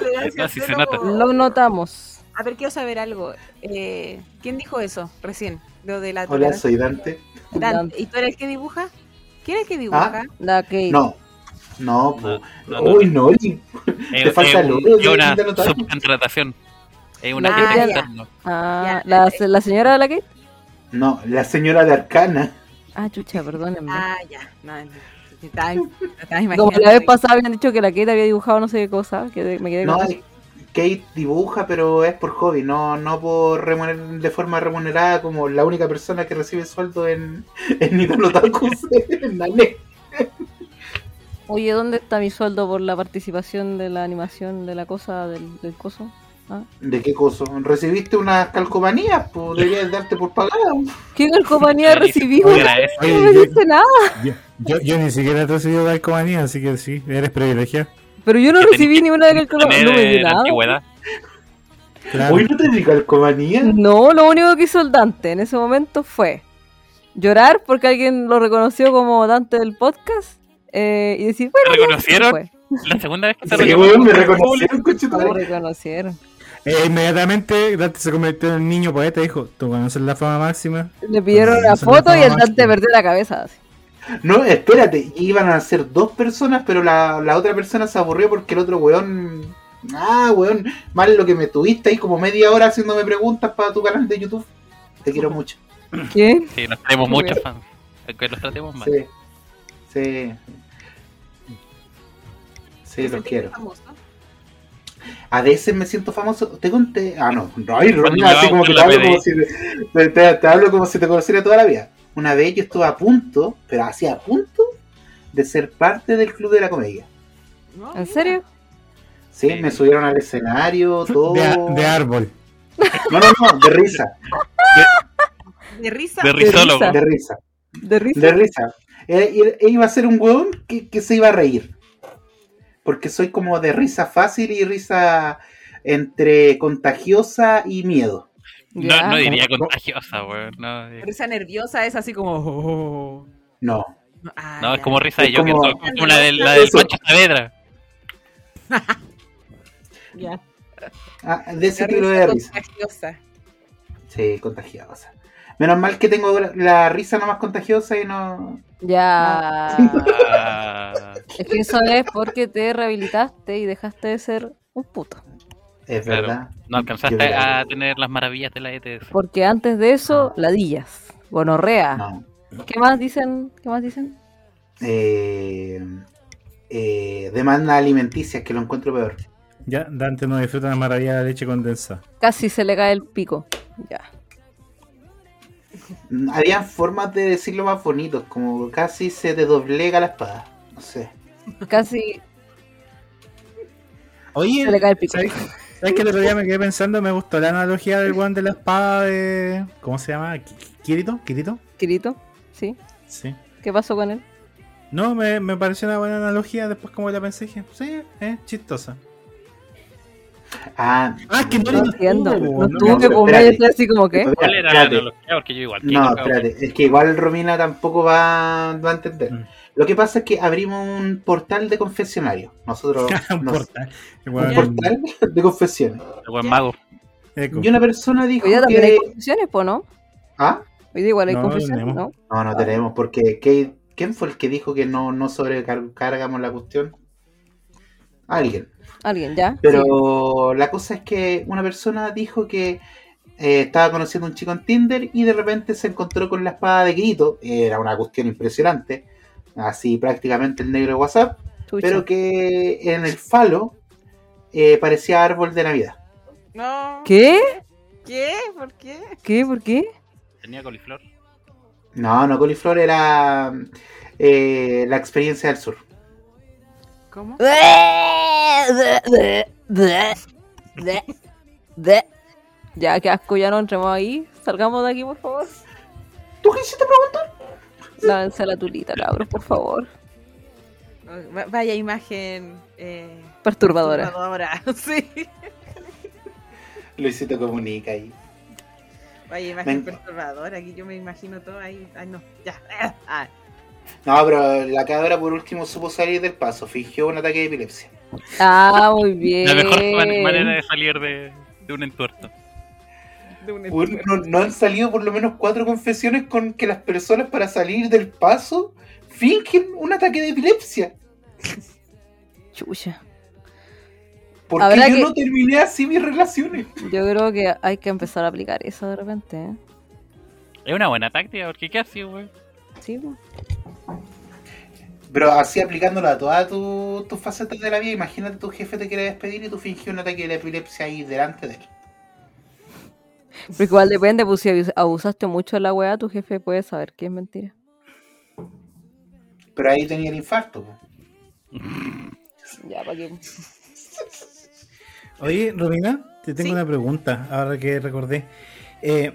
Tolerancia No, sí se cero, nota. como- Lo notamos. A ver, quiero saber algo. Eh, ¿Quién dijo eso recién? Lo de la Hola, tolerancia. soy Dante. Dante. ¿Y tú eres el que dibuja? ¿Quién es el que dibuja? La que- No, no, No, po. no, no. Uy, no, y- Eh, Te falta eh, luz, un- y eh, una te lo traigo. subcontratación. Es una Ah, que ya. te externo. Ya, Ah, la, la señora de la que. no, la señora de Arcana. Ah, chucha, perdónenme. Ah, ya. No, no. Estaba, estaba *laughs* Como imaginando. la vez pasada habían dicho que la Kate había dibujado no sé qué cosa, que de- me quedé No, con es- Kate dibuja, pero es por hobby, no, no por remuner- de forma remunerada como la única persona que recibe sueldo en, *laughs* en Nicolás Tacos, en Nane. Oye, ¿dónde está mi sueldo por la participación de la animación de la cosa del, del coso? ¿De qué cosa? ¿Recibiste unas calcomanías? Pues *laughs* deberías darte por pagada. ¿Qué compañía Te dice, recibí? *laughs* "Oye, güey? *laughs* la es- Oye, No me yo, dice nada. yo- yo- yo ni siquiera he recibido calcomanía, así que sí, eres privilegiado. Pero yo no que recibí tenés ni una de calcomanía. tener, No me eh, dio la nada. antigüedad. Claro. Hoy no te di calcomanía. No, lo único que hizo el Dante en ese momento fue llorar porque alguien lo reconoció como Dante del podcast eh, y decir, bueno, ¿Te ya, reconocieron? fue. La segunda vez que se Sí, reunió weón, me con- reconocieron, Lo conchetumare. reconocieron. Eh, inmediatamente Dante se convirtió en un niño poeta y dijo, tú conoces la fama máxima. Le pidieron Ah, una eso no foto y el estaba Dante mal. perdió la cabeza. así. No, espérate, iban a ser dos personas, pero la, la otra persona se aburrió porque el otro weón. Ah, weón, mal lo que me tuviste ahí como media hora haciéndome preguntas para tu canal de YouTube. Te quiero mucho. ¿Quién? Sí, nos tenemos muchos fans. Aunque los tratemos mal. Sí. Sí. Sí, ¿Te los sentiste quiero. famoso? A veces me siento famoso. Te conté. Ah, no. Ay, Cuando Romina, así llevaba como que con te la hablo PDI. como si te, te- te hablo como si te conociera toda la vida. Una vez yo estuve a punto, pero así a punto, de ser parte del club de la comedia. No, mira. ¿En serio? Sí, Sí. me subieron al escenario, todo. De, a- de árbol. No, no, no, de risa, De risa. De risólogo. risa. de risa, ¿De risa? de risa. Eh, y- e iba a ser un huevón que, que se iba a reír. Porque soy como de risa fácil y risa entre contagiosa y miedo. Ya. No, no diría contagiosa, weón. No, eh. Risa nerviosa es así como. oh, oh, No, oh. Ah, No, es ya. como risa de Es Joker, como- no, es como la del, la del Eso. Pancho Saavedra. Ya. Ah, de ese La tipo de risa. contagiosa. Sí, contagiosa. Menos mal que tengo la, la risa nomás contagiosa y no. *laughs* Ya. Ah, Es que eso es porque te rehabilitaste y dejaste de ser un puto. Es Claro. verdad. Yo no alcanzaste creo a que- tener las maravillas de la E ETS. Porque antes de Ah. eso, ladillas, gonorrea. No. ¿Qué más dicen? ¿Qué más dicen? Eh, eh, demanda alimenticia, que lo encuentro peor. Ya, Dante no disfruta la maravilla de la leche condensada. Casi se le cae el pico. Ya. Había formas de decirlo más bonitos, como casi se te doblega la espada. No sé. Casi Oye, se le cae el pico. ¿sabes, sabes que el otro día me quedé pensando? Me gustó la analogía del guan de la espada de... ¿Cómo se llama? ¿Ki- ki- ¿Kirito? ¿Kirito? Kirito, ¿sí? Sí. ¿Qué pasó con él? No, me, me pareció una buena analogía después como la pensé. dije, sí, es chistosa. Ah, Ah, que no No le entiendo. estuvo, No no, tuvo que no, comer espérate. y fue así como que. ¿Cuál era la Espérate. analogía? Porque yo igual. No, qué cagado. espérate, es que igual Romina tampoco va, va a entender. Mm. Lo que pasa es que abrimos un portal de confesionario. Nosotros. *laughs* Un nos- portal. un Igual, portal de confesiones. El buen mago. eco. Y una persona dijo Hoy día también hay que. confesiones, po, ¿no? ¿Ah? Hoy día igual hay No, confesiones, tenemos. ¿no? No, no tenemos, porque ¿qué- ¿quién fue el que dijo que no, no sobrecargamos la cuestión? Alguien. Alguien, ya. Pero Sí. la cosa es que una persona dijo que eh, estaba conociendo a un chico en Tinder y de repente se encontró con la espada de grito. Era una cuestión impresionante. Así prácticamente el negro de WhatsApp. Chucha. pero que en el falo eh, parecía árbol de Navidad. No. ¿Qué? ¿Qué? ¿Por qué? ¿Qué? ¿Por qué? Tenía coliflor. No, no, coliflor era eh, la experiencia del sur. ¿Cómo? Ya, qué asco, ya no entremos ahí. Salgamos de aquí, por favor. ¿Tú qué hiciste, pregunta? Lávense la tulita, cabros, por favor. Va- Vaya imagen. Eh, Perturbadora. perturbadora, *laughs* Sí. Luisito comunica ahí. Vaya imagen Ven. perturbadora. Aquí yo me imagino todo ahí. Ay, no. Ya. *laughs* Ah, ah. No, pero la cabra por último supo salir del paso, fingió un ataque de epilepsia. Ah, muy bien. La mejor man- manera de salir de, de un entuerto. De un Bueno, No, no han salido por lo menos cuatro confesiones con que las personas para salir del paso fingen un ataque de epilepsia. Chucha. Porque Habrá yo que- no terminé así mis relaciones. Yo creo que hay que empezar a aplicar eso de repente. ¿eh? Es una buena táctica, porque ¿qué hacía, güey? Sí, po. Pero así aplicándola a todas tu- tus facetas de la vida, imagínate tu jefe te quiere despedir y tú fingí un ataque de epilepsia ahí delante de él. Pero igual depende, pues si abus- abusaste mucho de la weá, tu jefe puede saber que es mentira. Pero ahí tenía el infarto. po. Ya, para que. Oye, Romina, te tengo Sí. una pregunta, ahora que recordé. Eh,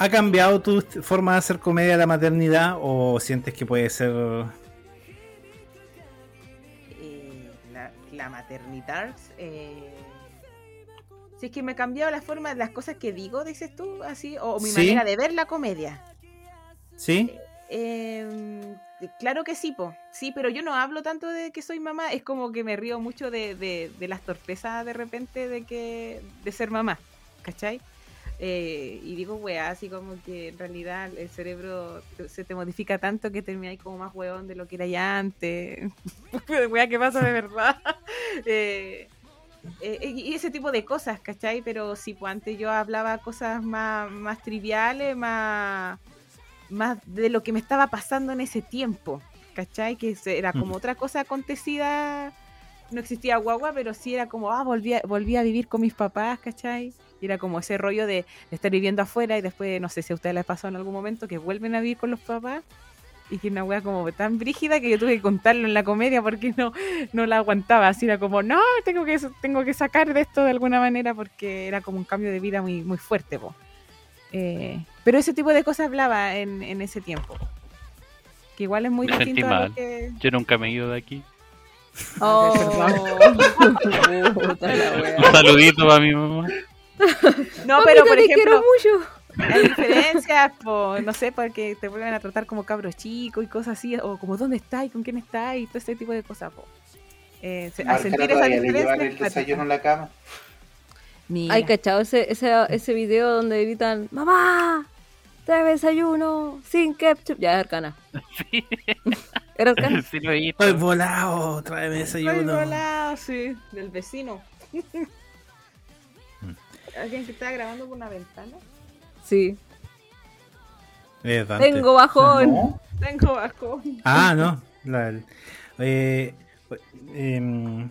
¿Ha cambiado tu est- forma de hacer comedia la maternidad o sientes que puede ser... eh, la, la maternidad. eh, si es que me ha cambiado la forma, las cosas que digo, dices tú, así, o, mi Sí. manera de ver la comedia. ¿Sí? Eh, claro que sí, po. Sí, pero yo no hablo tanto de que soy mamá, es como que me río mucho de, de- de las torpezas de repente de que de ser mamá, ¿cachai? Eh, y digo weá, así como que en realidad el cerebro te- se te modifica tanto que termináis como más weón de lo que era ya antes. *laughs* weá, ¿qué pasa de verdad? *laughs* Eh, eh, y ese tipo de cosas, ¿cachai? Pero sí, pues antes yo hablaba cosas más, más triviales, más, más de lo que me estaba pasando en ese tiempo, ¿cachai? Que se- era como Mm. otra cosa acontecida, no existía guagua, pero sí era como, ah, volví a, volví a vivir con mis papás, ¿cachai? Y era como ese rollo de, de estar viviendo afuera y después, no sé si a ustedes les pasó en algún momento, que vuelven a vivir con los papás. Y que una wea como tan brígida que yo tuve que contarlo en la comedia porque no, no la aguantaba, así era como, no, tengo que, tengo que sacar de esto de alguna manera porque era como un cambio de vida muy, muy fuerte. po. Eh, pero ese tipo de cosas hablaba en, en ese tiempo. Que igual es muy Me sentí distinto a mal. lo que... Yo nunca me he ido de aquí. Oh, *laughs* puta la Un weá. saludito para mi mamá. No, pero por Mamita, te quiero ejemplo, mucho. hay diferencias, po, no sé, porque te vuelven a tratar como cabros chicos y cosas así, o como dónde estás y con quién estás y todo ese tipo de cosas. po. Eh, se- a Marcela sentir esa todavía le diferencia. llevan el desayuno en la cama. Mira. Ay, cachado, ese, ese, ese video donde gritan: ¡Mamá! Trae desayuno sin ketchup. Ya, es *laughs* arcana. Sí, Era arcana. *laughs* sí lo he visto. Estoy volado, tráeme Estoy desayuno. volado, sí, del vecino. Mm. ¿Alguien que estaba grabando por una ventana? Sí. Eh, Dante. Tengo bajón. *laughs* ¿No? Tengo bajo. Ah, no. la- el- eh, em,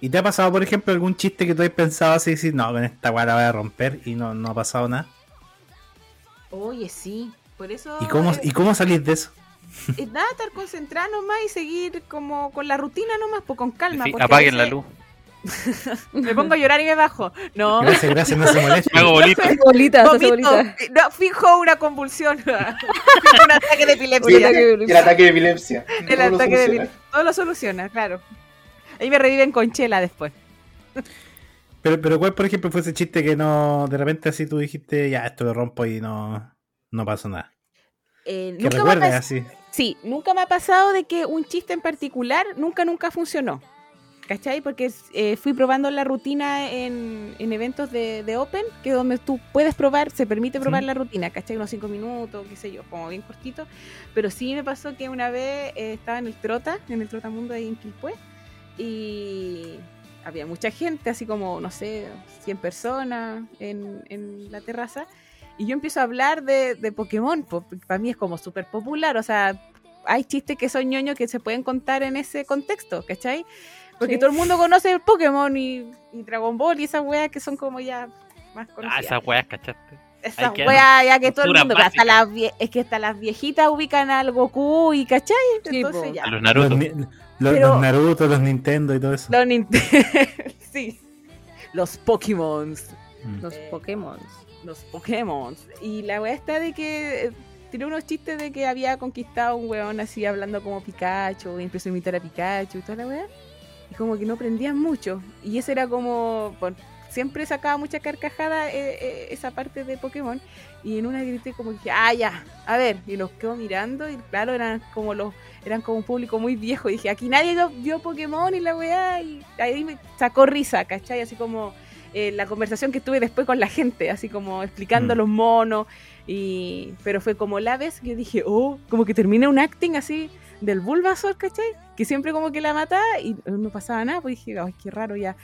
¿Y te ha pasado, por ejemplo, algún chiste que tú has pensado así, decir, no, con esta guay la voy a romper y no, no ha pasado nada? Oye, sí. Por eso. ¿Y cómo, eh, ¿y cómo salís de eso? es nada, estar concentrada nomás y seguir como con la rutina nomás, pues con calma. Sí, porque a apaguen la veces luz. *laughs* Me pongo a llorar y me bajo. *laughs* No. Gracias, *laughs* gracias, no se Me molesten. hago bolita. Hace bolitas, hace vomito. Eh, bolitas. No, fijo una convulsión. *laughs* Fijo un ataque de Un epilepsia. ataque de Y el ataque de epilepsia. El Todo lo ataque de soluciona. epilepsia. Todo lo soluciona, claro. Ahí me reviven con chela después. Pero, pero cuál, por ejemplo, fue ese chiste que no, de repente así tú dijiste, ya, esto lo rompo y no, no pasó nada. Eh, nunca Que me ha recuerdes pas- así. Sí, nunca me ha pasado de que un chiste en particular nunca, nunca funcionó. ¿Cachai? Porque eh, fui probando la rutina en, en eventos de, de Open, que donde tú puedes probar, se permite probar Sí. la rutina, ¿cachai? Unos cinco minutos, qué sé yo, como bien cortito. Pero sí me pasó que una vez eh, estaba en el Trota, en el Trotamundo ahí en Quilpué, y había mucha gente, así como, no sé, 100 personas en, en la terraza. Y yo empiezo a hablar de, de Pokémon, para mí es como súper popular, o sea, hay chistes que son ñoños que se pueden contar en ese contexto, ¿cachai? Porque Sí. todo el mundo conoce el Pokémon y, y Dragon Ball y esas weas que son como ya más Ah, conocidas. esas weas, ¿cachaste? esas hay que- weas ya que todo el cultura mundo, pero hasta básica. las, vie- es que hasta las viejitas ubican al Goku y ¿cachai? Sí, Entonces po. ya. A Los, los Naruto. ni- los- los Pero- Naruto, los Nintendo y todo eso. Los Nintendo. *laughs* sí. Los Pokémon. Mm. Los Eh, Pokémon. Los Pokémon. Y la wea está de que. eh, Tiene unos chistes de que había conquistado un weón así hablando como Pikachu, y empezó a imitar a Pikachu y toda la wea. Y como que no aprendían mucho. Y eso era como. bueno, siempre sacaba mucha carcajada eh, eh, esa parte de Pokémon. Y en una grité como que, ah, ya, a ver. Y los quedo mirando. Y claro, eran como los eran como un público muy viejo. Y dije, aquí nadie vio, vio Pokémon y la weá. Y ahí me sacó risa, ¿cachai? Así como eh, la conversación que tuve después con la gente, así como explicando Mm. los monos. Y, pero fue como la vez que dije, oh, como que terminé un acting así del Bulbasaur, ¿cachai? Que siempre como que la mataba y no pasaba nada. Pues dije, ay, qué raro ya.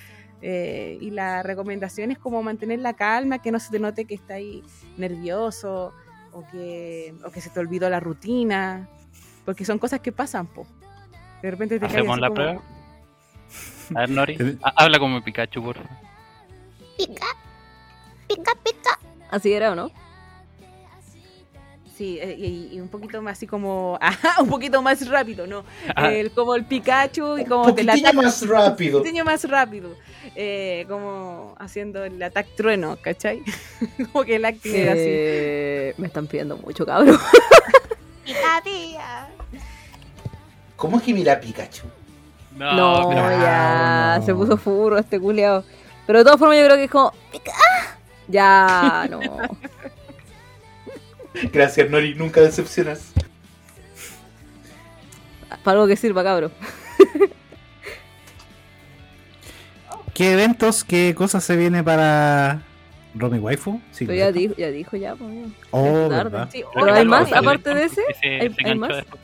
Eh, y la recomendación es como mantener la calma, que no se te note que está ahí nervioso o que, o que se te olvidó la rutina, porque son cosas que pasan, po. De repente te caes Hacemos así la como- prueba. A ver, Nori. Te- ha- Habla como Pikachu, por favor. Pica, pica, pica. Así era, ¿o no? Sí, eh, y, y un poquito más así como, *laughs* ajá, un poquito más rápido, ¿no? Ah, Eh, El- como el Pikachu y como del poquitillo ataque más un rápido. poquitillo más rápido, eh, como haciendo el ataque trueno, ¿cachai? *laughs* como que el acting era así. Eh, Me están pidiendo mucho, cabrón. Pica, pica. ¿Cómo es que mira Pikachu? Ah, No, no, pero- ya, no. se puso furro este culiao. Pero de todas formas yo creo que es como... ¡Ah! Ya, no. Gracias, Nori, nunca decepcionas. Para algo que sirva, cabrón. ¿Qué eventos, qué cosas se viene para Romy Waifu? Sí, Pero lo ya dijo, dijo. ya dijo, ya. pues, ya. Oh, tarde. verdad. Sí, Pero otra hay cosa más, que- aparte de ese, Se- se hay- hay enganchó más. después.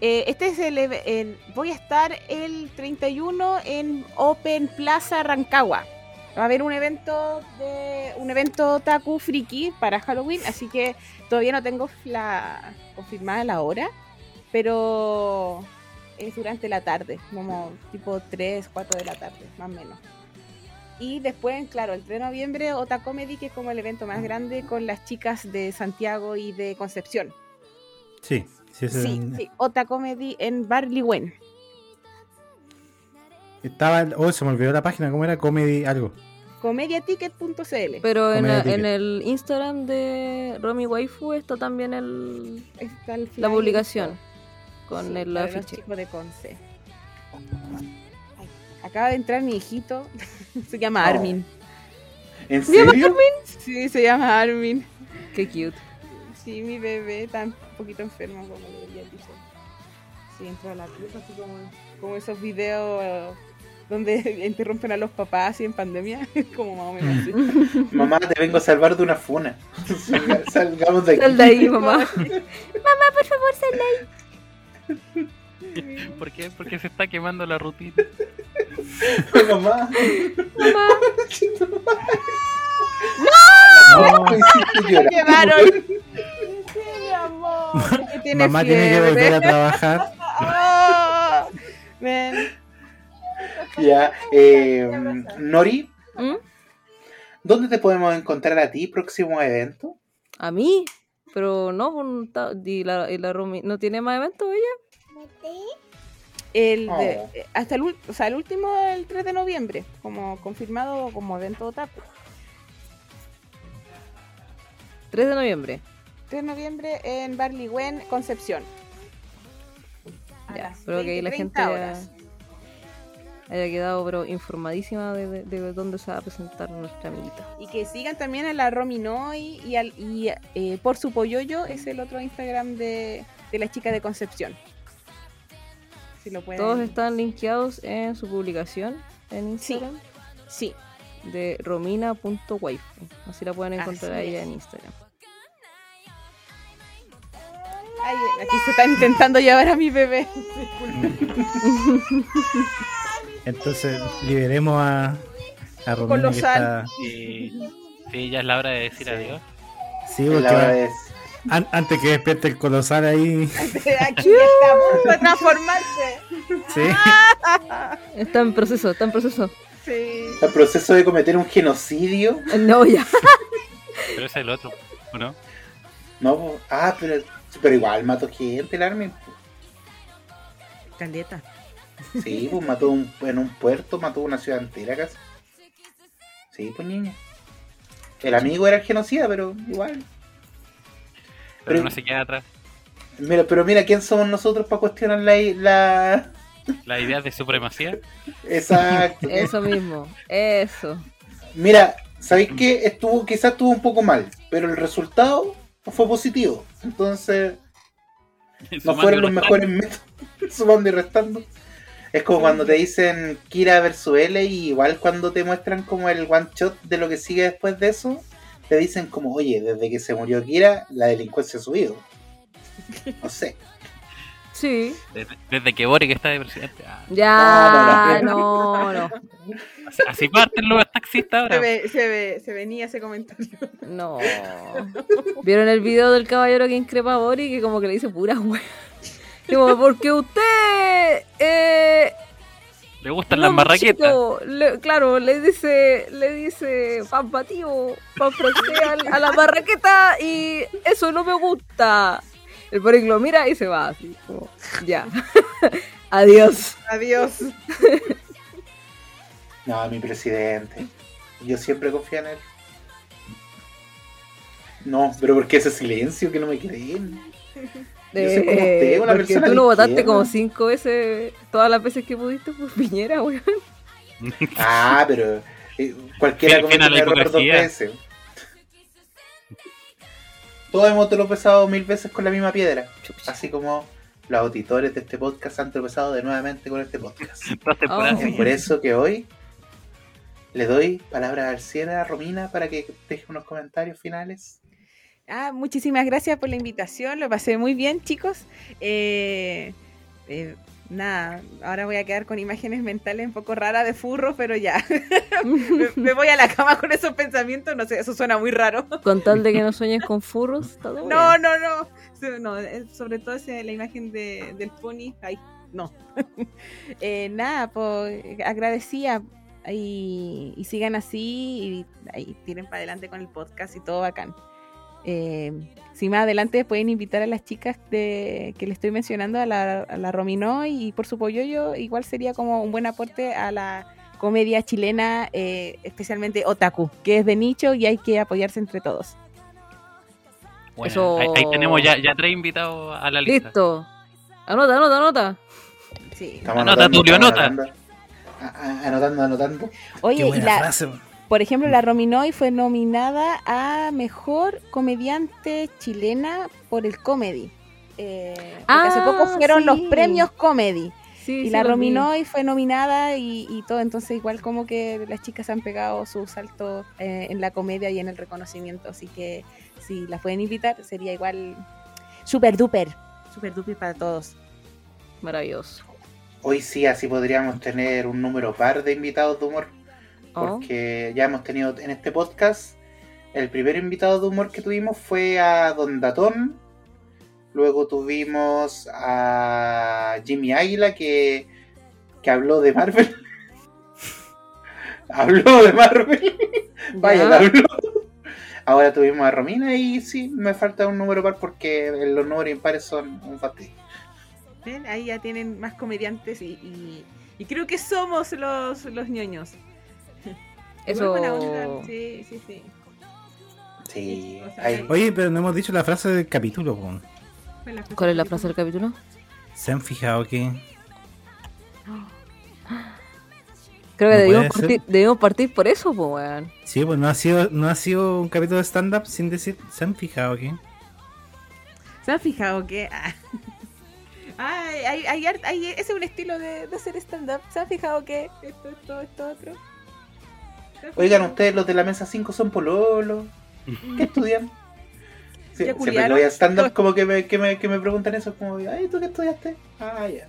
Eh, este es el, eve- el- Voy a estar el 31 en Open Plaza Rancagua. Va a haber un evento de un evento Taku Friki para Halloween, así que todavía no tengo la confirmada la hora, pero es durante la tarde, como tipo 3, 4 de la tarde, más o menos. Y después, claro, el 3 de noviembre, Ota Comedy, que es como el evento más grande con las chicas de Santiago y de Concepción. Sí, sí, ese- Sí, sí, Ota Comedy en Barleywen. Estaba, oh, se me olvidó la página, ¿cómo era? Comedy algo. Comediaticket.cl. Pero en, Comedia en ticket. el Instagram de Romy Waifu está también el, Está el la flyer publicación con Sí, el para los afiche. chicos de Conce. Ay, acaba de entrar mi hijito. *laughs* se llama Oh. Armin. ¿En Mi amor, serio? Sí, se llama Armin. Qué cute. *laughs* Sí, mi bebé está un poquito enfermo, como lo había dicho. Sí, entra a la cruz, así como, como esos videos eh, donde *laughs* interrumpen a los papás así en pandemia, *laughs* como más o menos así. Mm. Mamá, te vengo a salvar de una funa. Salga- Salgamos de Sal aquí. de *laughs* ahí, mamá. Por favor, sal de ahí. ¿Por qué? Porque se está quemando la rutina. Mamá, *laughs* mamá. no, me hiciste llorar. llevaron. Sí, mi amor. *laughs* que tiene Mamá tiene que fiebre. *laughs* volver a trabajar. Ah, ven. Ya, eh, Nori, ¿Mm? ¿dónde te podemos encontrar a ti próximo evento? ¿A mí? Pero no, pues, no está- y la, y la Romy- ¿no tiene más eventos ella? El de- Oh. eh, hasta el, ul- o sea, el último, el 3 de noviembre, como confirmado como evento otaku. 3 de noviembre. 3 de noviembre en Barligüen, Concepción. A Ya, las espero que ahí la 20:30 gente ya- horas. haya quedado pero informadísima de, de- de dónde se va a presentar nuestra amiguita. Y que sigan también a la Rominoy y, al, y eh, por su polloyo es el otro Instagram de, de la chica de Concepción. Si lo pueden. Todos están linkeados en su publicación en Instagram Sí, de romina.waifu. Así la pueden encontrar Así a ella es. en Instagram. Ay, aquí se están intentando llevar a mi bebé. Entonces, liberemos a, a Romina. Que está... Colosal. Sí, sí, ya es la hora de decir adiós. Sí, La porque verdad va- es- an- antes que despierte el colosal ahí. *laughs* *laughs* Aquí está a punto de transformarse. Sí. Ah, Está en proceso, está en proceso. Sí. El proceso de cometer un genocidio. Eh, No, ya. Pero ese es el otro, ¿o ¿no? No, ah, pero, pero igual mató gente el Armin. Caleta. Sí, pues mató un- en un puerto, mató una ciudad entera casi. Sí, pues niña. El amigo era el genocida, pero igual. Pero, Pero- no se queda atrás. Mira, pero mira, ¿quién somos nosotros para cuestionar la, la... La idea de supremacía. Exacto. Eso mismo. Eso. eh? Mira, ¿sabéis qué? Estuvo, quizás estuvo un poco mal, pero el resultado fue positivo. Entonces, no Sumando fueron los y mejores métodos, *laughs* sumando y restando. Es como cuando te dicen Kira versus L, y igual cuando te muestran como el one shot de lo que sigue después de eso, te dicen como, oye, desde que se murió Kira, la delincuencia ha subido. No sé. Sí. restando. Desde, desde que Boric está de presidente. Ah, Ya, No, no, no. así, así parten los taxistas Se, ahora. ve, se, ve, se venía ese comentario. No. ¿Vieron el video del caballero que increpa a Bori que como que le dice pura *laughs* wea? Como, porque usted eh, Le gustan no, las marraquetas. chico, le- claro, le dice, le dice pan batido, pan francés al- a la marraqueta y eso no me gusta. El Boric lo mira y se va así, como, ya. *laughs* Adiós. Adiós. No, mi presidente. Yo siempre confío en él. No, pero ¿por qué ese silencio que no me creen? Yo soy como usted, una Eh, porque persona tú de no votaste izquierda. como cinco veces, todas las veces que pudiste por Piñera, weón. Ah, pero eh, cualquiera Fiel- comete fiel un a la error dos hipocresía. veces. Todos hemos tropezado mil veces con la misma piedra. Así como los auditores de este podcast han tropezado de nuevamente con este podcast. Dos temporadas Oh. Es seguidas. por eso que hoy le doy palabras al cierre a Romina para que deje unos comentarios finales. Ah, muchísimas gracias por la invitación. Lo pasé muy bien, chicos. Eh, eh, nada, ahora voy a quedar con imágenes mentales un poco raras de furro, pero ya. *laughs* me, me voy a la cama con esos pensamientos. No sé, eso suena muy raro. Con tal de que no sueñes con furros, está *laughs* todo No, bien. no, no. So- no, eh, sobre todo ese- la imagen de, del pony. Ay, no. *laughs* Eh, nada, pues agradecía y, y sigan así y, ahí tiren para adelante con el podcast y todo bacán. Eh, si más adelante pueden invitar a las chicas de, que le estoy mencionando, a la, a la Romino y por su pollo, igual sería como un buen aporte a la comedia chilena, eh, especialmente otaku, que es de nicho y hay que apoyarse entre todos. Bueno, Ah, Eso- ahí, ahí tenemos ya, ya tres invitados a la lista. Listo. Anota, anota, anota. Sí. Anota, Tulio, estamos anota. anotando. A- a- Anotando, anotando. Qué Oye, y buena la, frase. man. Por ejemplo, la Rominoy fue nominada a mejor comediante chilena por el comedy. Eh, porque Ah, hace poco fueron sí. los premios comedy. Sí, y sí, la lo vi. Rominoy fue nominada y, y todo. Entonces, igual como que las chicas han pegado su salto eh, en la comedia y en el reconocimiento. Así que si las pueden invitar, sería igual super duper. Super duper para todos. Maravilloso. Hoy sí, así podríamos tener un número par de invitados de humor. Oh. Porque ya hemos tenido en este podcast, el primer invitado de humor que tuvimos fue a Don Datón. Luego tuvimos a Jimmy Águila que, que habló de Marvel. *laughs* habló de Marvel. Vaya, Ya. la habló. Ahora tuvimos a Romina y sí, me falta un número par porque los números impares son un fastidio. ¿Ven? Ahí ya tienen más comediantes y, y- y creo que somos los, los ñoños. Eso. Igual buena onda, Sí, sí, sí. Sí, O sea, ahí. Oye, pero no hemos dicho la frase del capítulo. weón. Fue la ¿Cuál es la frase del capítulo? ¿Se han fijado que Creo que No debimos, puede partir, ser. debimos partir por eso, *laughs* pues, weón. Sí, pues no ha sido, no ha sido un capítulo de stand-up sin decir. ¿Se han fijado aquí? ¿Se han fijado que.? Ah. *laughs* Ay, hay- hay har- hay- ese es un estilo de, de hacer stand-up. ¿Se han fijado que esto, esto, esto, otro? ¿Se han Oigan, fijado? ustedes los de la mesa 5 son pololo. ¿Qué estudian? Sí, Ya siempre que culiaron. voy a stand-up, como que me, que, me, que me preguntan eso, como, ay, ¿tú qué estudiaste? Ah, ya.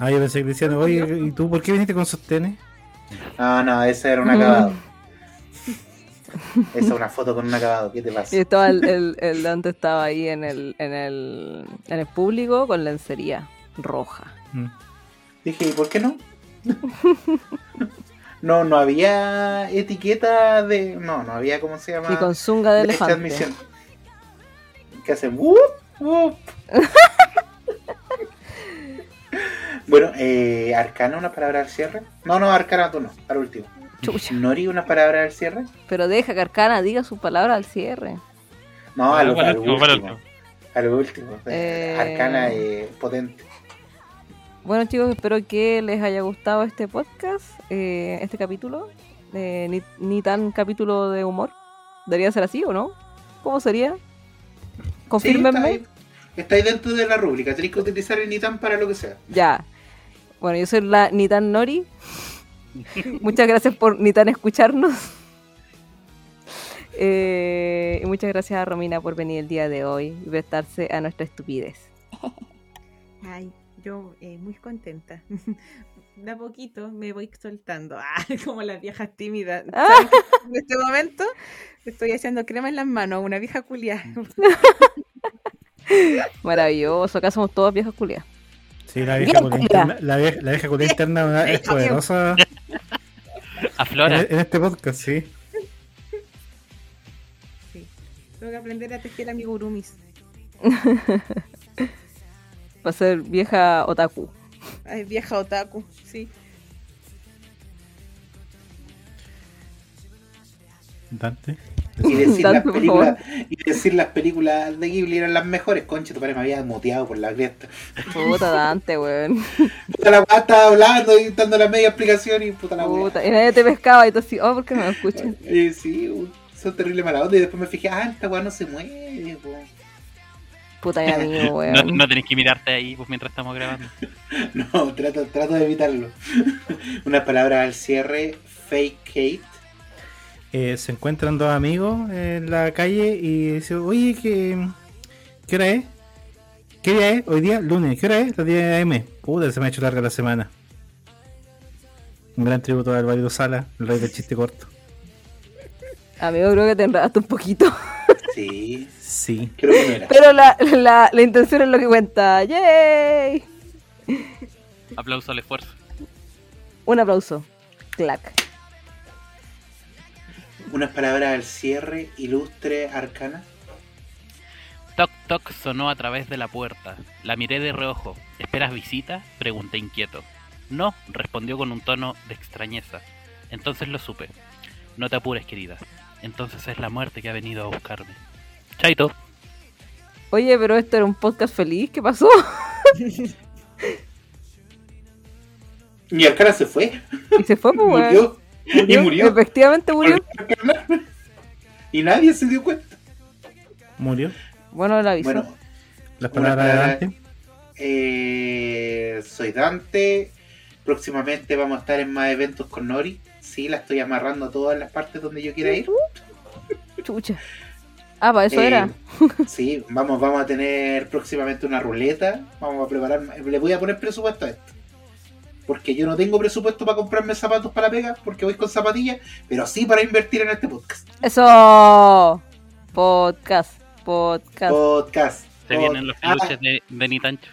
Ah, yo pensé que decían, oye, ¿y tú por qué viniste con sostenes? Ah, no, ese era un acabado. Esa es una foto con un acabado, ¿qué te pasa? Y estaba el, el, el Dante estaba ahí en el, en el, en el público con lencería roja. Mm. Dije, ¿y por qué no? *laughs* No, no había etiqueta de. No, no había, ¿cómo se llama? Y con zunga de de esta elefante. admisión. Que hacen ¡wup, *laughs* wup! bueno, eh, Arcana, una palabra al cierre. No, no, Arcana, tú no, al último. Chucha. Nori, una palabra al cierre. Pero deja que Arcana diga su palabra al cierre. No, Ah, al, para al el último, para el último. Al último. pues. Eh. Arcana eh, potente. Bueno chicos, espero que les haya gustado este podcast, eh, este capítulo. Eh, ni, ni tan capítulo de humor. ¿Debería ser así o no? ¿Cómo sería? Confírmenme. Sí, Estáis dentro de la rúbrica, tenéis que utilizar el Nitan para lo que sea. Ya. Bueno, yo soy la Nitan Nori. muchas gracias por Nitan escucharnos. Eh, y muchas gracias a Romina por venir el día de hoy y prestarse a nuestra estupidez. Ay, yo eh, muy contenta. *laughs* De a poquito me voy soltando. *laughs* Ah, como las viejas tímidas. ¡Ah! ¿Saben qué? En este momento estoy haciendo crema en las manos, una vieja *laughs* culia. Maravilloso, acá somos todos viejas culiadas. Sí, la vieja Bien, culia culia. interna, la vieja, la vieja culia *laughs* interna es poderosa en, Eh, Aflora. en este podcast, sí. Tengo que aprender a tejer a mi gurumis. Va a ser vieja otaku. Ay, eh, vieja otaku, sí. Dante. *laughs* Y decir, Dante, las por películas, y decir las películas de Ghibli eran las mejores. Concha, tu padre me había muteado por la cresta. Puta Dante, weón. Puta la weá estaba hablando y dando la media explicación y puta la weá. Puta. Y nadie te pescaba y tú así, oh, ¿por qué no me *laughs* escuchan? Eh, sí, un- son terrible mala onda. Y después me fijé, ah, esta weá no se mueve, weón. *laughs* Puta ya amigo, No, weón. no tenés que mirarte ahí pues, mientras estamos grabando. No, trato, trato de evitarlo. *laughs* Una palabra al cierre, fake Kate. Eh, se encuentran dos amigos en la calle y dicen, oye, ¿qué, ¿qué hora es? ¿Qué día es? Hoy día, lunes, ¿qué hora es? Las 10 AM. Puta, se me ha hecho larga la semana. Un gran tributo a Alvarito Sala, el rey del chiste corto. Amigo, creo que te enredaste un poquito. *laughs* Sí, Sí. creo que no era. Pero la, la, la intención es lo que cuenta. ¡Yay! Aplauso al esfuerzo. Un aplauso. Clac. Una palabra al cierre, ilustre, arcana. Toc toc sonó a través de la puerta. La miré de reojo. ¿Esperas visita? Pregunté inquieto. No, respondió con un tono de extrañeza. Entonces lo supe. No te apures, querida. Entonces es la muerte que ha venido a buscarme. Chaito. Oye, pero esto era un podcast feliz. ¿Qué pasó? Y arcana se fue, Y se fue, pues, weón. murió. Y murió. Efectivamente murió. Y nadie se dio cuenta. Murió. Bueno, la avisó. Bueno, Las Una palabras de clara- Dante. Eh, soy Dante. Próximamente vamos a estar en más eventos con Nori. Sí, la estoy amarrando a todas las partes donde yo quiera ir. Chucha. Ah, para eso Eh, era. Sí, vamos, vamos a tener próximamente una ruleta. Vamos a preparar. Le voy a poner presupuesto a esto. Porque yo no tengo presupuesto para comprarme zapatos para la pega, porque voy con zapatillas, pero sí para invertir en este podcast. Eso. Podcast. Podcast. Podcast. Se pod- vienen los Ah, peluches de, de Nitancho.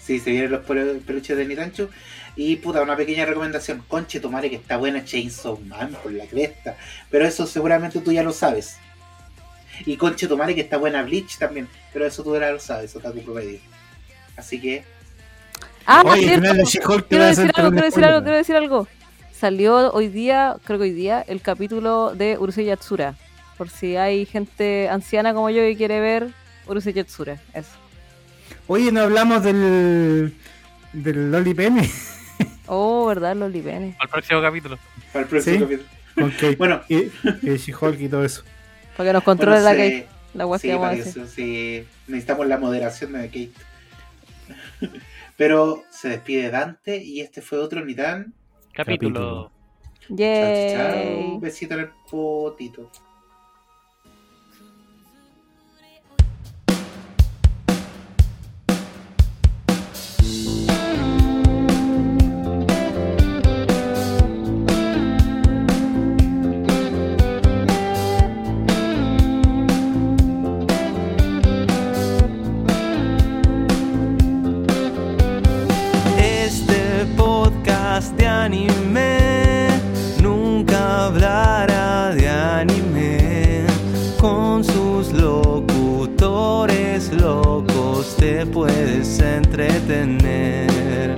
Sí, se vienen los pelu- peluches de Nitancho. Y puta, una pequeña recomendación. Conche, tomare que está buena Chainsaw Man por la cresta. Pero eso seguramente tú ya lo sabes. Y conche, tomare que está buena Bleach también. Pero eso tú ya lo sabes, Otaku Promedio. Así que, Ah, Oye, el cierto. final de She-Hulk te Quiero va a decir hacer algo, un quiero decir spoiler. algo, quiero decir algo. Salió hoy día, creo que hoy día, el capítulo de Urusei Yatsura. Por si hay gente anciana como yo que quiere ver Urusei Yatsura. Eso. Oye, no hablamos del. del Loli Pene. Oh, ¿verdad? Los libenes. Al próximo capítulo. Para el próximo Sí. capítulo. Con Kate *laughs* Bueno. y, y She-Hulk y todo eso. Para que nos controle Bueno, la sí, Kate. La guas Sí, que vamos a para que hacer. eso, sí, necesitamos la moderación de Kate. Pero se despide Dante y este fue otro Nitán. Capítulo. Chao, Yay. chao. Besito en el potito. Este podcast de anime nunca hablará de anime. Con sus locutores locos te puedes entretener.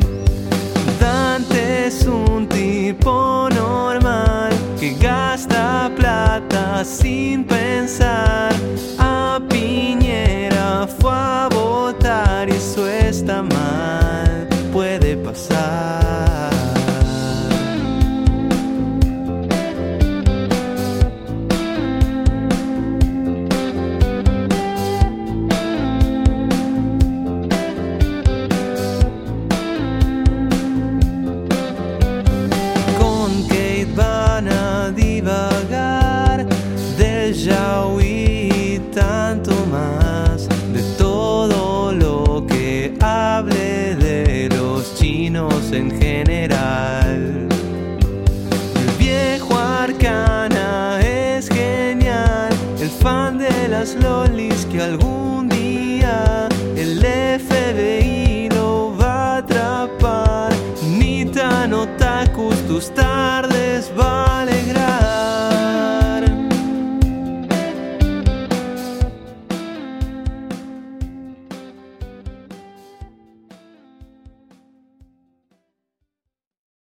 Dante es un tipo normal que gasta plata sin pensar. A Piñera fue a votar y eso está mal, puede pasar. Con Kate van a divagar de Yahweh y tanto más de todo lo que hable de los chinos en general. El viejo arcana es genial, el fan de las lolis que algún día el FBI lo va a atrapar. Ni tan otakus tus tardes valen.